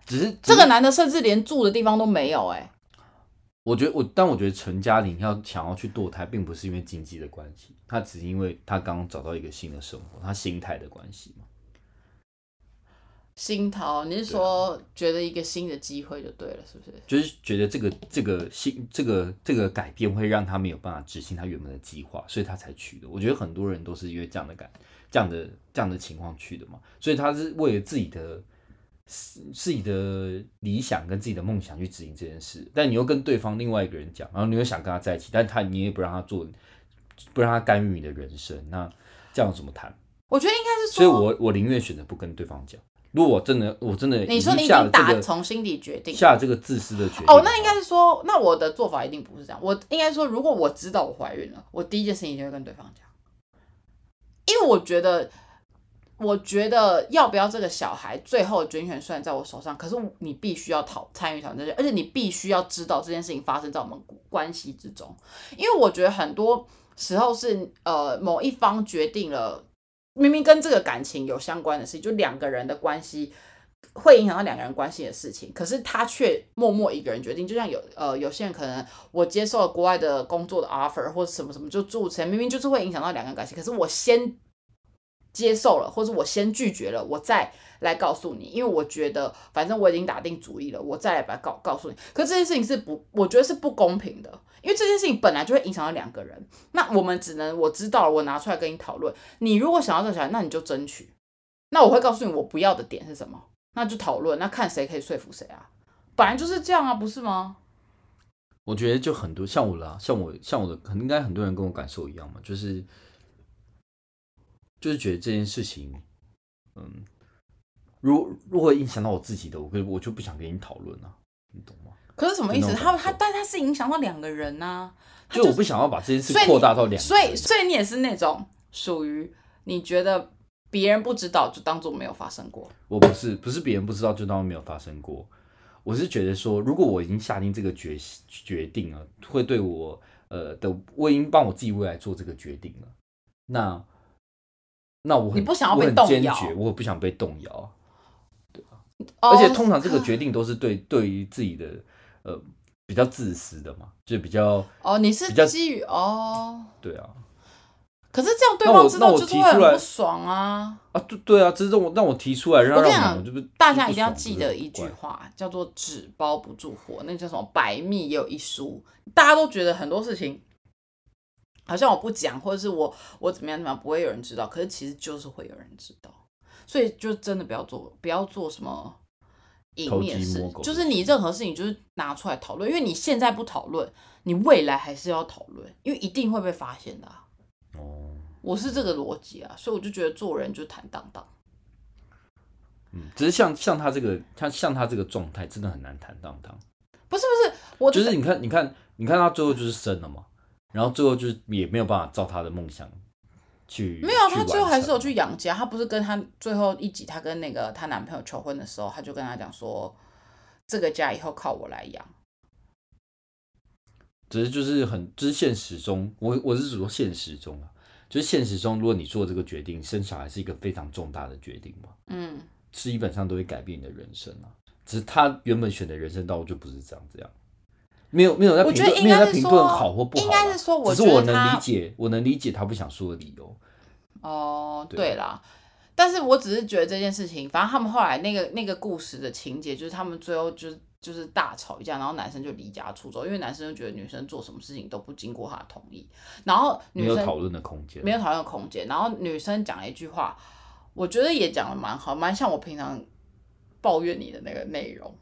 B: 只是
A: 这个
B: 呢，
A: 男的甚至连住的地方都没有、哎，
B: 我觉得我，但我觉得陈嘉玲要想要去堕胎，并不是因为经济的关系，她只是因为她刚刚找到一个新的生活，她心态的关系嘛。
A: 新桃，你是
B: 啊
A: 说觉得一个新的机会就对了，是不是？
B: 就是觉得这个这个新这个这个改变会让她没有办法执行她原本的计划，所以她才去的。我觉得很多人都是因为这样的感这样的这样的情况去的嘛，所以她是为了自己的自自己的理想跟自己的梦想去执行这件事，但你又跟对方另外一个人讲，然后你又想跟他在一起，但他你也不让他做，不让他干预你的人生，那这样怎么谈？
A: 我觉得应该是
B: 所以
A: 说，
B: 我我宁愿选择不跟对方讲。如果我真的我真的
A: 你说
B: 经
A: 你已
B: 下了
A: 经
B: 这
A: 打
B: 个
A: 从心底决定。
B: 下了这个自私的决定
A: 哦，那应该
B: 的
A: 是说，那我的做法一定不是这样。我应该说，如果我知道我怀孕了，我第一件事情就会跟对方讲，因为我觉得，我觉得要不要这个小孩，最后的决选虽然在我手上，可是你必须要讨参与讨论这些，而且你必须要知道这件事情发生在我们关系之中，因为我觉得很多时候是呃某一方决定了。明明跟这个感情有相关的事情，就两个人的关系会影响到两个人关系的事情，可是他却默默一个人决定。就像有呃有些人可能我接受了国外的工作的 offer 或者什么什么，就住成明明就是会影响到两个人感情，可是我先接受了，或者我先拒绝了，我再来告诉你，因为我觉得反正我已经打定主意了，我再来把它告告诉你。可这件事情是不，我觉得是不公平的，因为这件事情本来就会影响到两个人。那我们只能我知道了，我拿出来跟你讨论。你如果想要这个小孩，那你就争取。那我会告诉你我不要的点是什么，那就讨论，那看谁可以说服谁啊。本来就是这样啊，不是吗？
B: 我觉得就很多像我啦，像我像我的，可能应该很多人跟我感受一样嘛，就是就是觉得这件事情，嗯，如如果影响到我自己的，我跟我就不想跟你讨论啊了、你懂吗？
A: 可是什么意思？
B: 就那种
A: 他
B: 感受
A: 他，但他是影响到两个人呐、他
B: 就我不想要把这件事
A: 所以你
B: 扩大到两个
A: 所以
B: 人
A: 所以你也是那种属于你觉得别人不知道就当做没有发生过。
B: 我不是不是别人不知道，就当没有发生过。我是觉得说，如果我已经下定这个决决定了，会对我呃的，我已经帮我自己未来做这个决定了。那那我
A: 你
B: 很
A: 不想要
B: 我
A: 被
B: 很
A: 动
B: 坚
A: 摇
B: 决，我不想被动摇。
A: 哦
B: 而且通常这个决定都是对对于自己的呃比较自私的嘛，就比较
A: 哦，你是
B: 比较
A: 基于哦，
B: 对啊
A: 可是这样对
B: 那
A: 方
B: 我
A: 知
B: 那
A: 道
B: 我
A: 就是
B: 提
A: 会
B: 出来
A: 很不爽啊。
B: 啊对对啊，这是让我让我提出来，让
A: 我跟你
B: 让
A: 讲
B: 就不
A: 大
B: 就
A: 家
B: 不
A: 一定要
B: 爽
A: 记
B: 就
A: 得
B: 很
A: 一句
B: 怪
A: 话，叫做“纸包不住火”，那个叫什么“百密也有一疏”。大家都觉得很多事情好像我不讲，或者是我我怎么样怎么样，不会有人知道。可是其实就是会有人知道，所以就真的不要做，不要做什么隐
B: 偷
A: 秘的
B: 鸡
A: 事
B: 摸，狗
A: 就
B: 的
A: 是你任何事情就是拿出来讨论，因为你现在不讨论，你未来还是要讨论，因为一定会被发现的、啊。
B: 哦，
A: 我是这个逻辑啊，所以我就觉得做人就坦荡荡。
B: 嗯，只是像像他这个他像他这个状态真的很难坦荡荡。
A: 不是不是，我
B: 就是你看，你看，你看，他最后就是生了嘛，然后最后就是也没有办法照他的梦想去
A: 没有啊，
B: 去
A: 她最
B: 完
A: 后还是
B: 成
A: 有去养家。她不是跟她最后一集，她跟那个她男朋友求婚的时候，她就跟他讲说，这个家以后靠我来养。
B: 只是就是很就是现实中，我我是说现实中啊，就是现实中，如果你做这个决定，生小孩是一个非常重大的决定嘛，
A: 嗯，
B: 基本上都会改变你的人生啊。只是他原本选的人生道路就不是这样这样，没有没有在
A: 我
B: 评
A: 觉得
B: 论
A: 应
B: 没有
A: 该
B: 在
A: 是
B: 评
A: 说
B: 论好或不好
A: 应
B: 啦，
A: 该是说我
B: 只是
A: 觉得
B: 我能
A: 他
B: 理解，我能理解他不想说的理由。
A: 哦，
B: 对
A: 对啦。但是我只是觉得这件事情，反正他们后来那个那个故事的情节，就是他们最后就是就是大吵一架，然后男生就离家出走，因为男生就觉得女生做什么事情都不经过他的同意，然后
B: 没
A: 女
B: 有
A: 生
B: 讨论的空间，
A: 没有讨论的空间。然后女生讲了一句话，我觉得也讲的蛮好，蛮像我平常抱怨你的那个内容，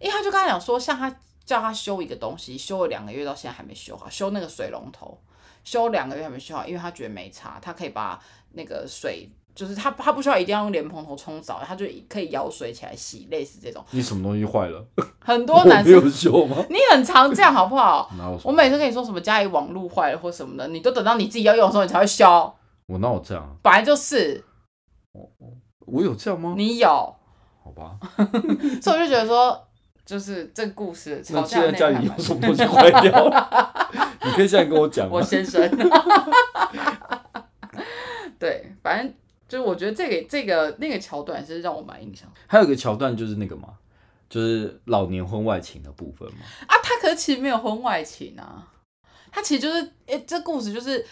A: 因为他就跟他讲说，像他叫他修一个东西，修了两个月到现在还没修好，修那个水龙头，修两个月还没修好，因为他觉得没差，他可以把那个水。就是他，他不需要一定要用莲蓬头冲澡，他就可以舀水起来洗，类似这种。
B: 你什么东西坏了？
A: 很 多
B: 我
A: 男
B: 没有
A: 生，
B: 修吗？
A: 你很常这样好不好？
B: 哪有什么
A: 我每次跟你说什么家里网络坏了或什么的，你都等到你自己要用的时候你才会修，
B: 我哪有这样啊？
A: 本来就是
B: 我有这样吗？
A: 你有，
B: 好吧，
A: 所以我就觉得说，就是这个故事吵
B: 那
A: 架
B: 现
A: 的
B: 在
A: 内
B: 家
A: 容还
B: 里
A: 蛮
B: 有什么东西坏掉 了？你可以现在跟我讲啊吗
A: 我？先生。 对，反正就是我觉得这个这个那个桥段是让我蛮印象的
B: 还有一个桥段就是那个嘛，就是老年婚外情的部分嘛。
A: 啊。他可是其实没有婚外情啊，他其实就是诶、这故事就是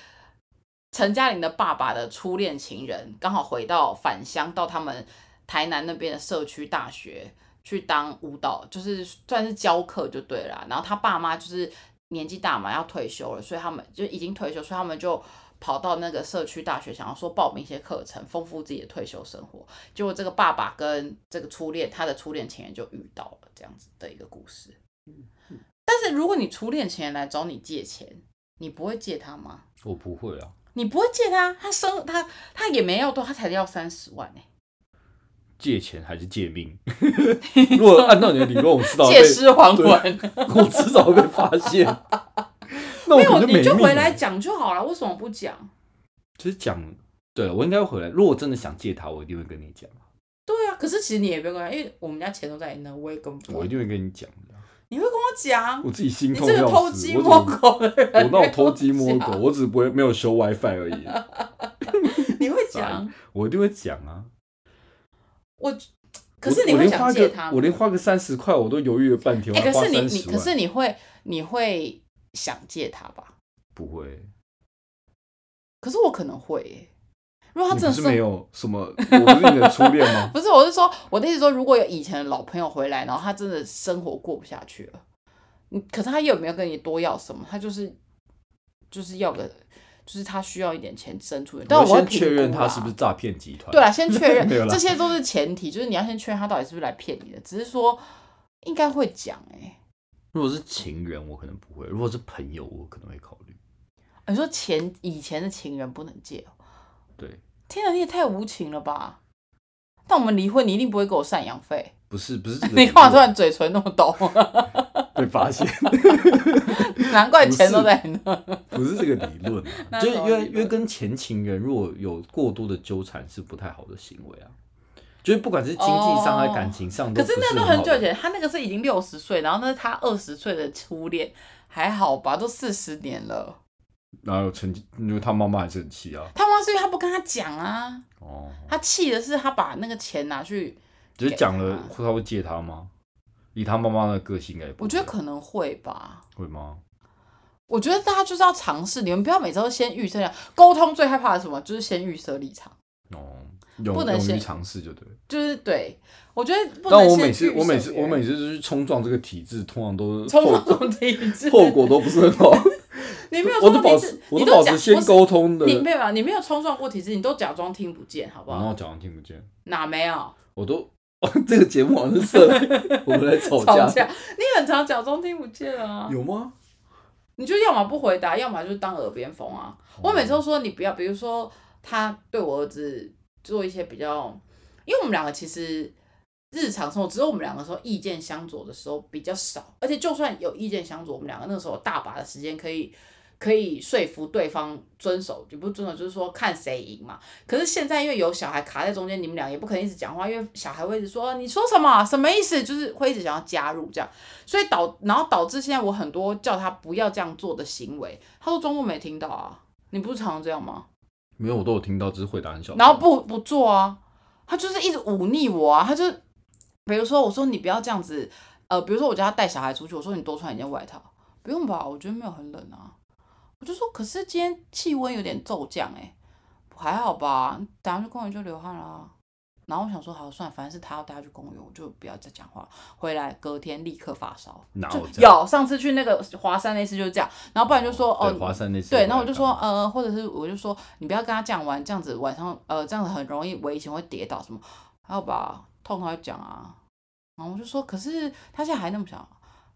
A: 陈嘉玲的爸爸的初恋情人，刚好回到返乡到他们台南那边的社区大学去当舞蹈，就是算是教课就对了啊。然后他爸妈就是年纪大嘛，要退休了，所以他们就已经退休，所以他们就跑到那个社区大学，想要说报名一些课程，丰富自己的退休生活。结果这个爸爸跟这个初恋，他的初恋情人就遇到了这样子的一个故事。但是如果你初恋情人来找你借钱，你不会借他吗？
B: 我不会啊，
A: 你不会借他，他生他他也没要多，他才要三十万呢、欸
B: 借钱还是借命？ 如果按照你的理论，我知道
A: 借尸还魂。
B: 我迟早会被发 现。那
A: 没
B: 我
A: 有，
B: 可能
A: 你
B: 没
A: 就
B: 命
A: 回
B: 了
A: 来讲就好了，为什么不讲？
B: 其实讲，对了，我应该会回来。如果我真的想借他，我一定会跟你讲，
A: 对啊，可是其实你也不用跟他，因为我们家钱都在你那，我也跟不
B: 我一定会跟你讲的。
A: 你会跟我讲，
B: 我自己心
A: 嗯你
B: 痛
A: 这个
B: 要
A: 偷
B: 死，
A: 鸡
B: 我
A: 摸
B: 怎么
A: 狗的人，
B: 我那我偷鸡
A: 你
B: 摸
A: 会
B: 狗，
A: 讲，
B: 我只不会没有修 WiFi 而已，
A: 你会讲？
B: 我一定会讲啊。
A: 我可是你
B: 我我
A: 会
B: 连
A: 想
B: 花
A: 借
B: 个
A: 他吗
B: 我？连花个三十块我都犹豫了半天，
A: 哎、
B: 我还
A: 可
B: 花
A: 是你
B: 三
A: 你
B: 十
A: 可是
B: 万，
A: 你会你会想借他吧？
B: 不会，
A: 可是我可能会耶、如果他
B: 你
A: 真的
B: 不是
A: 是
B: 没有什么，我不是你的初恋 吗？
A: 不是，我是说，我的意思说，如果有以前的老朋友回来，然后他真的生活过不下去了，你可是他又没有跟你多要什么，他就是就是要个，就是他需要一点钱生出来，但
B: 我
A: 啊我
B: 要
A: 会
B: 先确认
A: 评估
B: 他
A: 啦
B: 是不是诈骗集团。
A: 对啦，啊先确认
B: 没有，啦
A: 这些都是前提，就是你要先确认他到底是不是来骗你的，只是说应该会讲哎、
B: 如果是情人，我可能不会；如果是朋友，我可能会考虑。
A: 你说前以前的情人不能借哦、
B: 对，
A: 天啊哪，你也太无情了吧！但我们离婚，你一定不会给我赡养费。
B: 不是不 是这个
A: 你
B: 理
A: 干嘛突
B: 论
A: 然嘴唇那么抖？
B: 被发现？
A: 难怪钱
B: 不是
A: 都在你那。
B: 不是这个理论、啊，
A: 那
B: 就是
A: 什么
B: 因
A: 理
B: 为
A: 论
B: 因为跟前情人如果有过多的纠缠是不太好的行为啊，就是不管是经济上还是感情上都
A: 可
B: 不是
A: 是那都
B: 很
A: 很
B: 好
A: 久以
B: 的。
A: 前，他那个是已经六十岁，然后那是他二十岁的初恋，还好吧？都四十年了。
B: 哪有曾经？因为他妈妈还是很气啊。
A: 他妈是因为他不跟他讲啊，
B: 哦，
A: 他气的是他把那个钱拿去，
B: 只是讲了
A: 给，
B: 他会借他吗？以他妈妈的个性，应该也
A: 我
B: 不会
A: 觉得可能会吧。
B: 会吗？
A: 我觉得大家就是要尝试，你们不要每次都先预设立场。沟通最害怕的是什么？就是先预设立场，
B: 哦，勇
A: 不能
B: 勇于
A: 先
B: 尝试就对了。
A: 就是对我觉得不能
B: 但
A: 先
B: 我每次
A: 预设
B: 我每次
A: 别
B: 我
A: 人
B: 每次就是冲撞这个体制，通常都 是
A: 冲
B: 后
A: 动这种体制，
B: 后果都不是很好。
A: 你没有
B: 我
A: 冲
B: 都
A: 动
B: 保
A: 体
B: 持
A: 制，
B: 我
A: 你
B: 都保
A: 假
B: 持先
A: 不是
B: 沟通的，
A: 你没有啊，你没有冲撞过体制，你都假装听不见，好不
B: 然
A: 好？
B: 后假装听不见。
A: 哪没有
B: 我都哦 这个节目好像是 设来我们来吵架，
A: 架？你很常假装听不见啊，
B: 有吗？
A: 你就要么不回答，要么就当耳边风啊。
B: 哦
A: 我每次都说你不要，比如说他对我儿子做一些比较，因为我们两个其实日常生活，只有我们两个说意见相左的时候比较少，而且就算有意见相左，我们两个那时候有大把的时间可以 可以说服对方遵守，也不是遵守，就是说看谁赢嘛。可是现在因为有小孩卡在中间，你们俩也不可能一直讲话，因为小孩会一直说哦你说什么什么意思，就是会一直想要加入这样，所以导然后导致现在我很多叫他不要这样做的行为，他说装作没听到啊，你不是常常这样吗？
B: 没有，我都有听到，只是回答很小声。
A: 然后不不做啊，他就是一直忤逆我啊，他就比如说我说你不要这样子，呃，比如说我叫他带小孩出去，我说你多穿一件外套，不用吧，我觉得没有很冷啊，我就说可是今天气温有点骤降哎、还好吧，等下去公园就流汗啦、然后我想说，好算了，反正是他要带他去公园，我就不要再讲话。回来隔天立刻发烧，
B: 哪
A: 就
B: 有哦这样
A: 有上次去那个华山那次就是这样，然后不然就说哦，
B: 对华山那次，
A: 对，然后我就说，呃，或者是我就说，你不要跟他这样玩，这样子晚上，呃，这样子很容易危险，会跌倒什么。还有吧，痛他就讲啊，然后我就说，可是他现在还那么小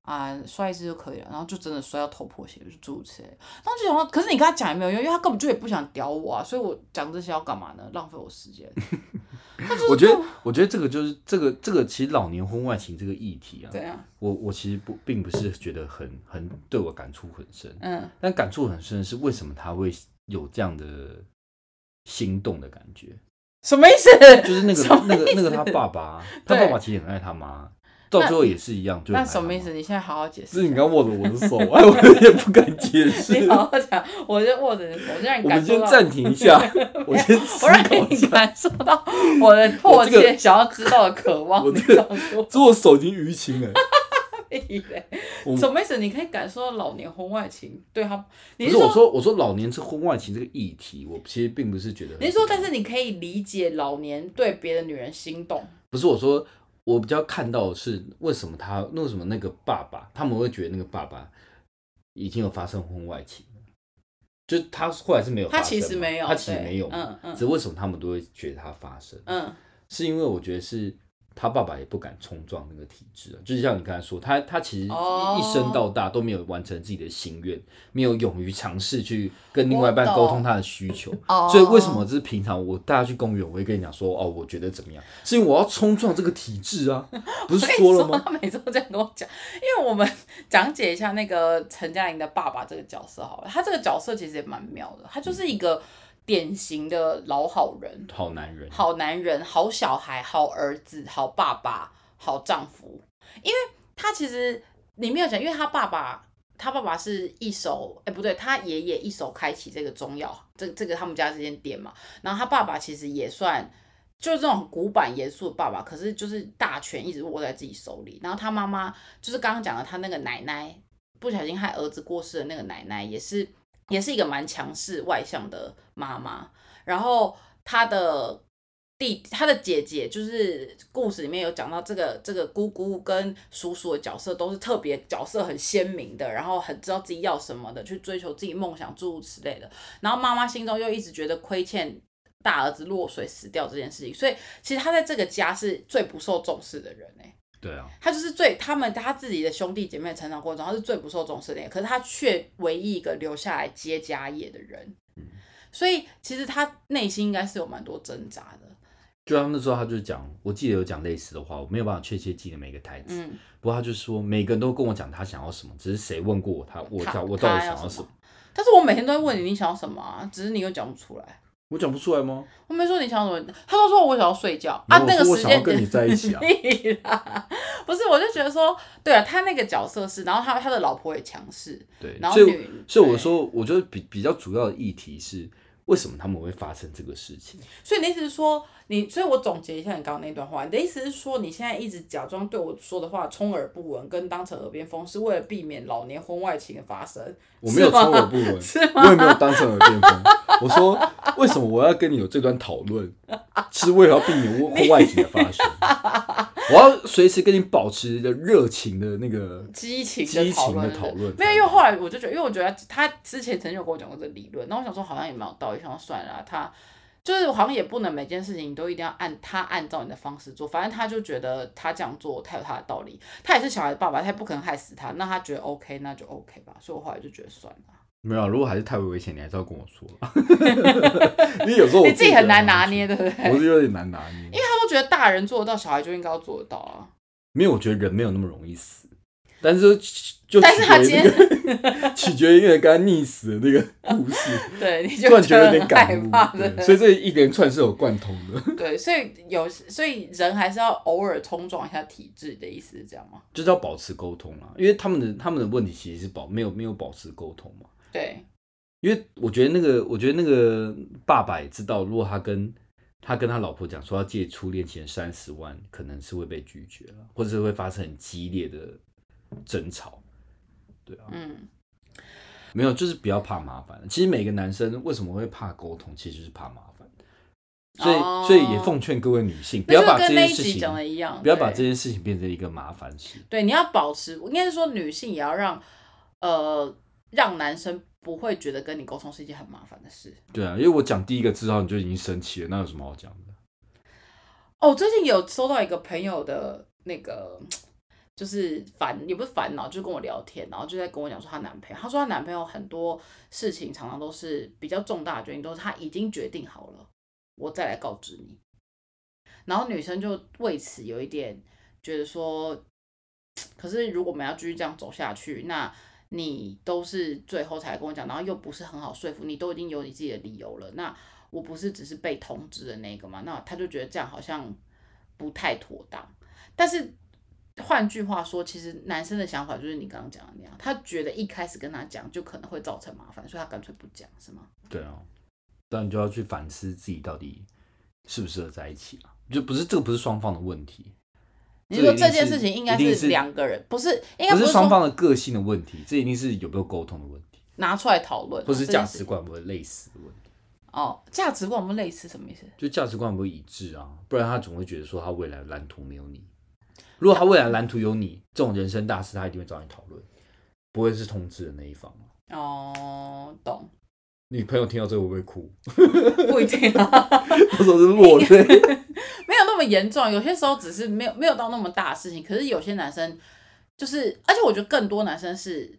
A: 啊，摔一次就可以了。然后就真的摔到头破血流，就诸如此类。然后就想说，可是你跟他讲也没有用，因为他根本就也不想屌我啊，所以我讲这些要干嘛呢？浪费我时间。 他就是
B: 我觉得，我觉得这个就是这个这个，其实老年婚外情这个议题啊，
A: 怎样？
B: 我我其实不并不是觉得很很对我感触很深，
A: 嗯，
B: 但感触很深的是为什么他会有这样的心动的感觉？
A: 什么意思？
B: 就是那个
A: 什么
B: 那个
A: 意
B: 那个
A: 思
B: 他爸爸，他
A: 对
B: 爸爸其实很爱他妈，到最后也是一样，就是
A: 那
B: 很爱
A: 什么
B: 他
A: 意
B: 妈
A: 思？？你现在好好解
B: 就
A: 释
B: 是
A: 一
B: 你
A: 下。
B: 刚握着我的手，哎，我有点不敢解释
A: 你。好好讲，我就握着你的手，就让你
B: 我
A: 感
B: 们
A: 受
B: 先
A: 到，
B: 暂停一下，我先 思
A: 我让
B: 考一
A: 你
B: 下。
A: 感受到我的迫
B: 我这
A: 切
B: 个
A: 想要知道的渴望。
B: 我
A: 你
B: 这个
A: 告诉我
B: 这我手已经淤青了，
A: 屁嘞
B: 我
A: 什么意思？你可以感受到老年婚外情对他，你
B: 不
A: 是
B: 是我
A: 说
B: 说我说老年是婚外情这个议题，我其实并不是觉得很。
A: 你是说，但是你可以理解老年对别的女人心动，
B: 不是我说，我比较看到的是为什么他为什么那个爸爸他们会觉得那个爸爸已经有发生婚外情了，就他后来是没有发
A: 他
B: 生嘛，
A: 其实没有，
B: 他其实
A: 对
B: 没有嘛，
A: 嗯嗯
B: 只是为什么他们都会觉得他发生，
A: 嗯，
B: 是因为我觉得是他爸爸也不敢冲撞那个体制啊，就是像你刚才说，他他其实一
A: 哦
B: 一生到大都没有完成自己的心愿，没有勇于尝试去跟另外一半
A: 我懂
B: 沟通他的需求，
A: 哦
B: 所以为什么就是平常我大家去公园，我会跟你讲说哦，我觉得怎么样，是因为我要冲撞这个体制啊，不是说了
A: 我跟你
B: 吗？
A: 他每次都这样跟我讲，因为我们讲解一下那个陈嘉玲的爸爸这个角色好了，他这个角色其实也蛮妙的，他就是一个典型的老好人、
B: 好男人，
A: 好男人、好小孩、好儿子、好爸爸、好丈夫，因为他其实你没有讲，因为他爸爸。他爸爸是一手，哎、不对，他爷爷一手开启这个中药，这这个他们家这间店嘛。然后他爸爸其实也算就是这种古板严肃的爸爸，可是就是大权一直握在自己手里。然后他妈妈就是刚刚讲的，他那个奶奶不小心害儿子过世的那个奶奶，也是也是一个蛮强势外向的妈妈。然后他的弟，他的姐姐，就是故事里面有讲到这个这个姑姑跟叔叔的角色都是特别角色很鲜明的，然后很知道自己要什么的，去追求自己梦想诸如此类的。然后妈妈心中又一直觉得亏欠大儿子落水死掉这件事情，所以其实他在这个家是最不受重视的人哎、
B: 对啊，
A: 他就是最他们他自己的兄弟姐妹成长过程中，他是最不受重视的人，可是他却唯一一个留下来接家业的人，所以其实他内心应该是有蛮多挣扎的，
B: 就他那时候他就讲，我记得有讲类似的话，我没有办法确切记得每个台词，
A: 嗯，
B: 不过他就说每个人都跟我讲他想要什么，只是谁问过我他我
A: 他
B: 到我到底
A: 他
B: 想
A: 要
B: 什么，？
A: 但是我每天都在问你你想要什么啊，只是你又讲不出来。
B: 我讲不出来吗？
A: 我没说你想要什么，他都说我想要睡觉啊
B: 没
A: 那
B: 有，我
A: 个
B: 说我
A: 时
B: 想要
A: 间
B: 跟
A: 点
B: 你在 一起啊
A: 屁啦不是，我就觉得说，对啊，他那个角色是，然后他他的老婆也强势，
B: 对，
A: 然后
B: 所以
A: 女
B: 所以我
A: 对
B: 说，我觉得比比较主要的议题是为什么他们会发生这个事情？
A: 所以你的意思是说，你，所以我总结一下你刚刚那段话，你的意思是说，你现在一直假装对我说的话充耳不闻，跟当成耳边风，是为了避免老年婚外情的发生。
B: 我没有
A: 是吗
B: 充耳不闻，
A: 是
B: 我也没有当成耳边风。我说为什么我要跟你有这段讨论，是为了要避免婚婚外情的发生。我要随时跟你保持着热情的那个
A: 激情
B: 激
A: 讨
B: 情的
A: 论，
B: 讨论，
A: 没有，因为后来我就觉得，因为我觉得他之前曾经有跟我讲过这个理论，那我想说好像也蛮有道理，想说算了啦啊他就是好像也不能每件事情你都一定要按他按照你的方式做，反正他就觉得他这样做他有他的道理，他也是小孩的爸爸，他也不可能害死他，那他觉得 OK 那就 OK 吧，所以我后来就觉得算了，
B: 没有啊。如果还是太危险，你还是要跟我说。 因为有时候我
A: 你自己很难拿捏，
B: 觉得
A: 对不对？
B: 我
A: 他
B: 是有点难拿捏。
A: 都觉得大人做得到，小孩就应该要做得到啊，
B: 没有，我觉得人没有那么容易死，但是就
A: 但是他今天
B: 天取决于一个人刚刚溺死的那个故 事，
A: 对你就
B: 突然觉得有
A: 很
B: 点
A: 害
B: 感
A: 怕，
B: 悟，
A: 对不对
B: 对所以这一连串是有贯通的，
A: 对，所以有所以人还是要偶尔冲撞一下体制的意思是这样吗？
B: 就是要保持沟通啊，因为他们的他们的问题其实是保没有没有保持沟通嘛，
A: 对，
B: 因为我觉得那个我觉得那个爸爸也知道，如果他跟他跟他老婆讲说要借初恋前三十万，可能是会被拒绝了，或者是会发生很激烈的争吵，对啊，
A: 嗯。
B: 没有，就是不要怕麻烦。其实每个男生为什么会怕沟通，其实就是怕麻烦。所以，
A: 哦
B: 所以也奉劝各位女性，不
A: 那
B: 要
A: 就
B: 把这
A: 跟那
B: 件
A: 一
B: 事
A: 集
B: 情，
A: 讲的一样，
B: 不要把
A: 对
B: 这件事情变成一个麻烦事。
A: 对，你要保持，应该是说女性也要让呃让男生不会觉得跟你沟通是一件很麻烦的事。
B: 对啊，因为我讲第一个字号你就已经生气了，那有什么好讲的？
A: 哦，最近有收到一个朋友的那个，就是烦也不是烦恼，就是跟我聊天，然后就在跟我讲说她男朋友，她说她男朋友很多事情常常都是比较重大的决定，都是他已经决定好了，我再来告知你。然后女生就为此有一点觉得说，可是如果我们要继续这样走下去，那你都是最后才跟我讲，然后又不是很好说服，你都已经有你自己的理由了，那我不是只是被通知的那个嘛，那他就觉得这样好像不太妥当。但是换句话说，其实男生的想法就是你刚刚讲的那样，他觉得一开始跟他讲就可能会造成麻烦，所以他干脆不讲，是吗？
B: 对啊，但你就要去反思自己到底适不适合在一起啊，就不是这个不是双方的问题，
A: 你说
B: 这
A: 这
B: 一定
A: 件
B: 是
A: 事情应该
B: 一定是
A: 是两个人，不是应该
B: 不是
A: 是
B: 双
A: 说
B: 方的个性的问题，这一定是有没有沟通的问题，
A: 拿出来讨论啊，
B: 或是
A: 这件
B: 价
A: 事
B: 值观会不会类似的问题，
A: 哦，价值观我们类似什么意思？
B: 就价值观会不会一致啊，不然他总会觉得说他未来蓝图没有你。如果他未来蓝图有你，这种人生大事他一定会找你讨论，不会是通知的那一方啊。
A: 哦， 懂，
B: 你朋友听到这个会不会 哭？
A: 不一定啊，
B: 他说是落泪。
A: 没有那么严重，有些时候只是没有没有到那么大的事情。可是有些男生就是，而且我觉得更多男生是，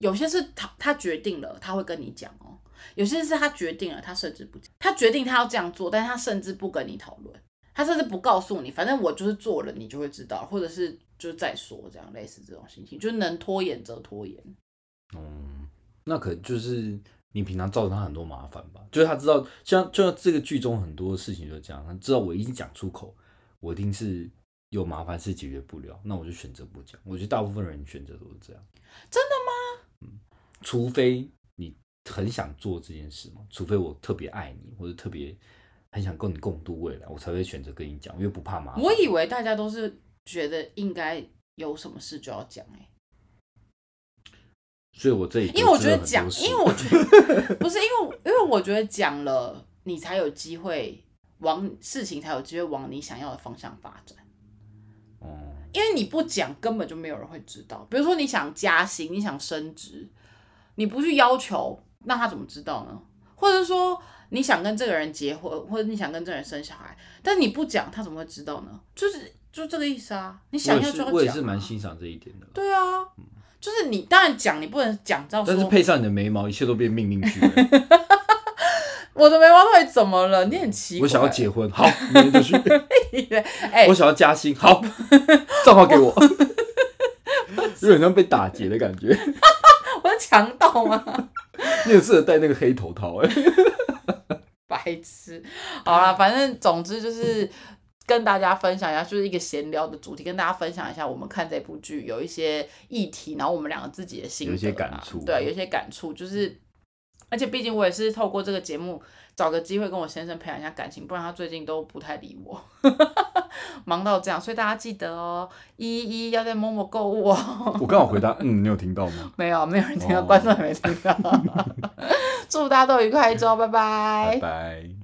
A: 有些是他他决定了，他会跟你讲哦；有些是他决定了，他甚至不讲，他决定他要这样做，但是他甚至不跟你讨论，他甚至不告诉你，反正我就是做了，你就会知道，或者是就再说这样类似这种心情，就是能拖延则拖延。
B: 嗯，那可能就是你平常造成他很多麻烦吧。就是他知道，像就像这个剧中很多事情就是这样，他知道我一讲出口，我一定是有麻烦事解决不了，那我就选择不讲。我觉得大部分人选择都是这样。
A: 真
B: 的吗？嗯，除非你很想做这件事嘛，除非我特别爱你，或者特别很想跟你共度未来，我才会选择跟你讲，因为不怕麻烦。
A: 我以为大家都是觉得应该有什么事就要讲、欸，
B: 所以我这里
A: 因为我觉得
B: 得知了很多
A: 讲，
B: 事
A: 因为我觉 得不是因为因为我觉得讲了，你才有机会往事情才有机会往你想要的方向发展。
B: 嗯
A: 因为你不讲，根本就没有人会知道。比如说你想加薪，你想升职，你不去要求，那他怎么知道呢？或者说你想跟这个人结婚，或者你想跟这个人生小孩，但你不讲，他怎么会知道呢？就是就这个意思啊，你想
B: 我
A: 要
B: 也
A: 就是要讲、啊
B: 我也是蛮欣赏这一点的啦。
A: 对啊，就是你当然讲，你不能讲到说
B: 但是配上你的眉毛，一切都变命 令句了。
A: 我的眉毛到底怎么了？你很奇怪。
B: 我想要结婚，好，明天就去。
A: 哎、
B: 我想要加薪，好，账号 给我。有点像被打劫的感觉，
A: 我是强盗吗？
B: 你很适合戴那个黑头套、哎，
A: 白痴。好啦，反正总之就是跟大家分享一下，就是一个闲聊的主题，跟大家分享一下我们看这部剧有一些议题，然后我们两个自己的心得啊
B: 有一些感触
A: 对，有一些感触，就是。而且毕竟我也是透过这个节目找个机会跟我先生培养一下感情，不然他最近都不太理我， 忙到这样，所以大家记得哦，一一要在某某购物哦。
B: 我刚好回答，嗯，你有听到吗？
A: 没有，没有人听到，
B: 哦
A: 观众也没听到。祝大家都愉快一周，拜拜
B: 拜。拜。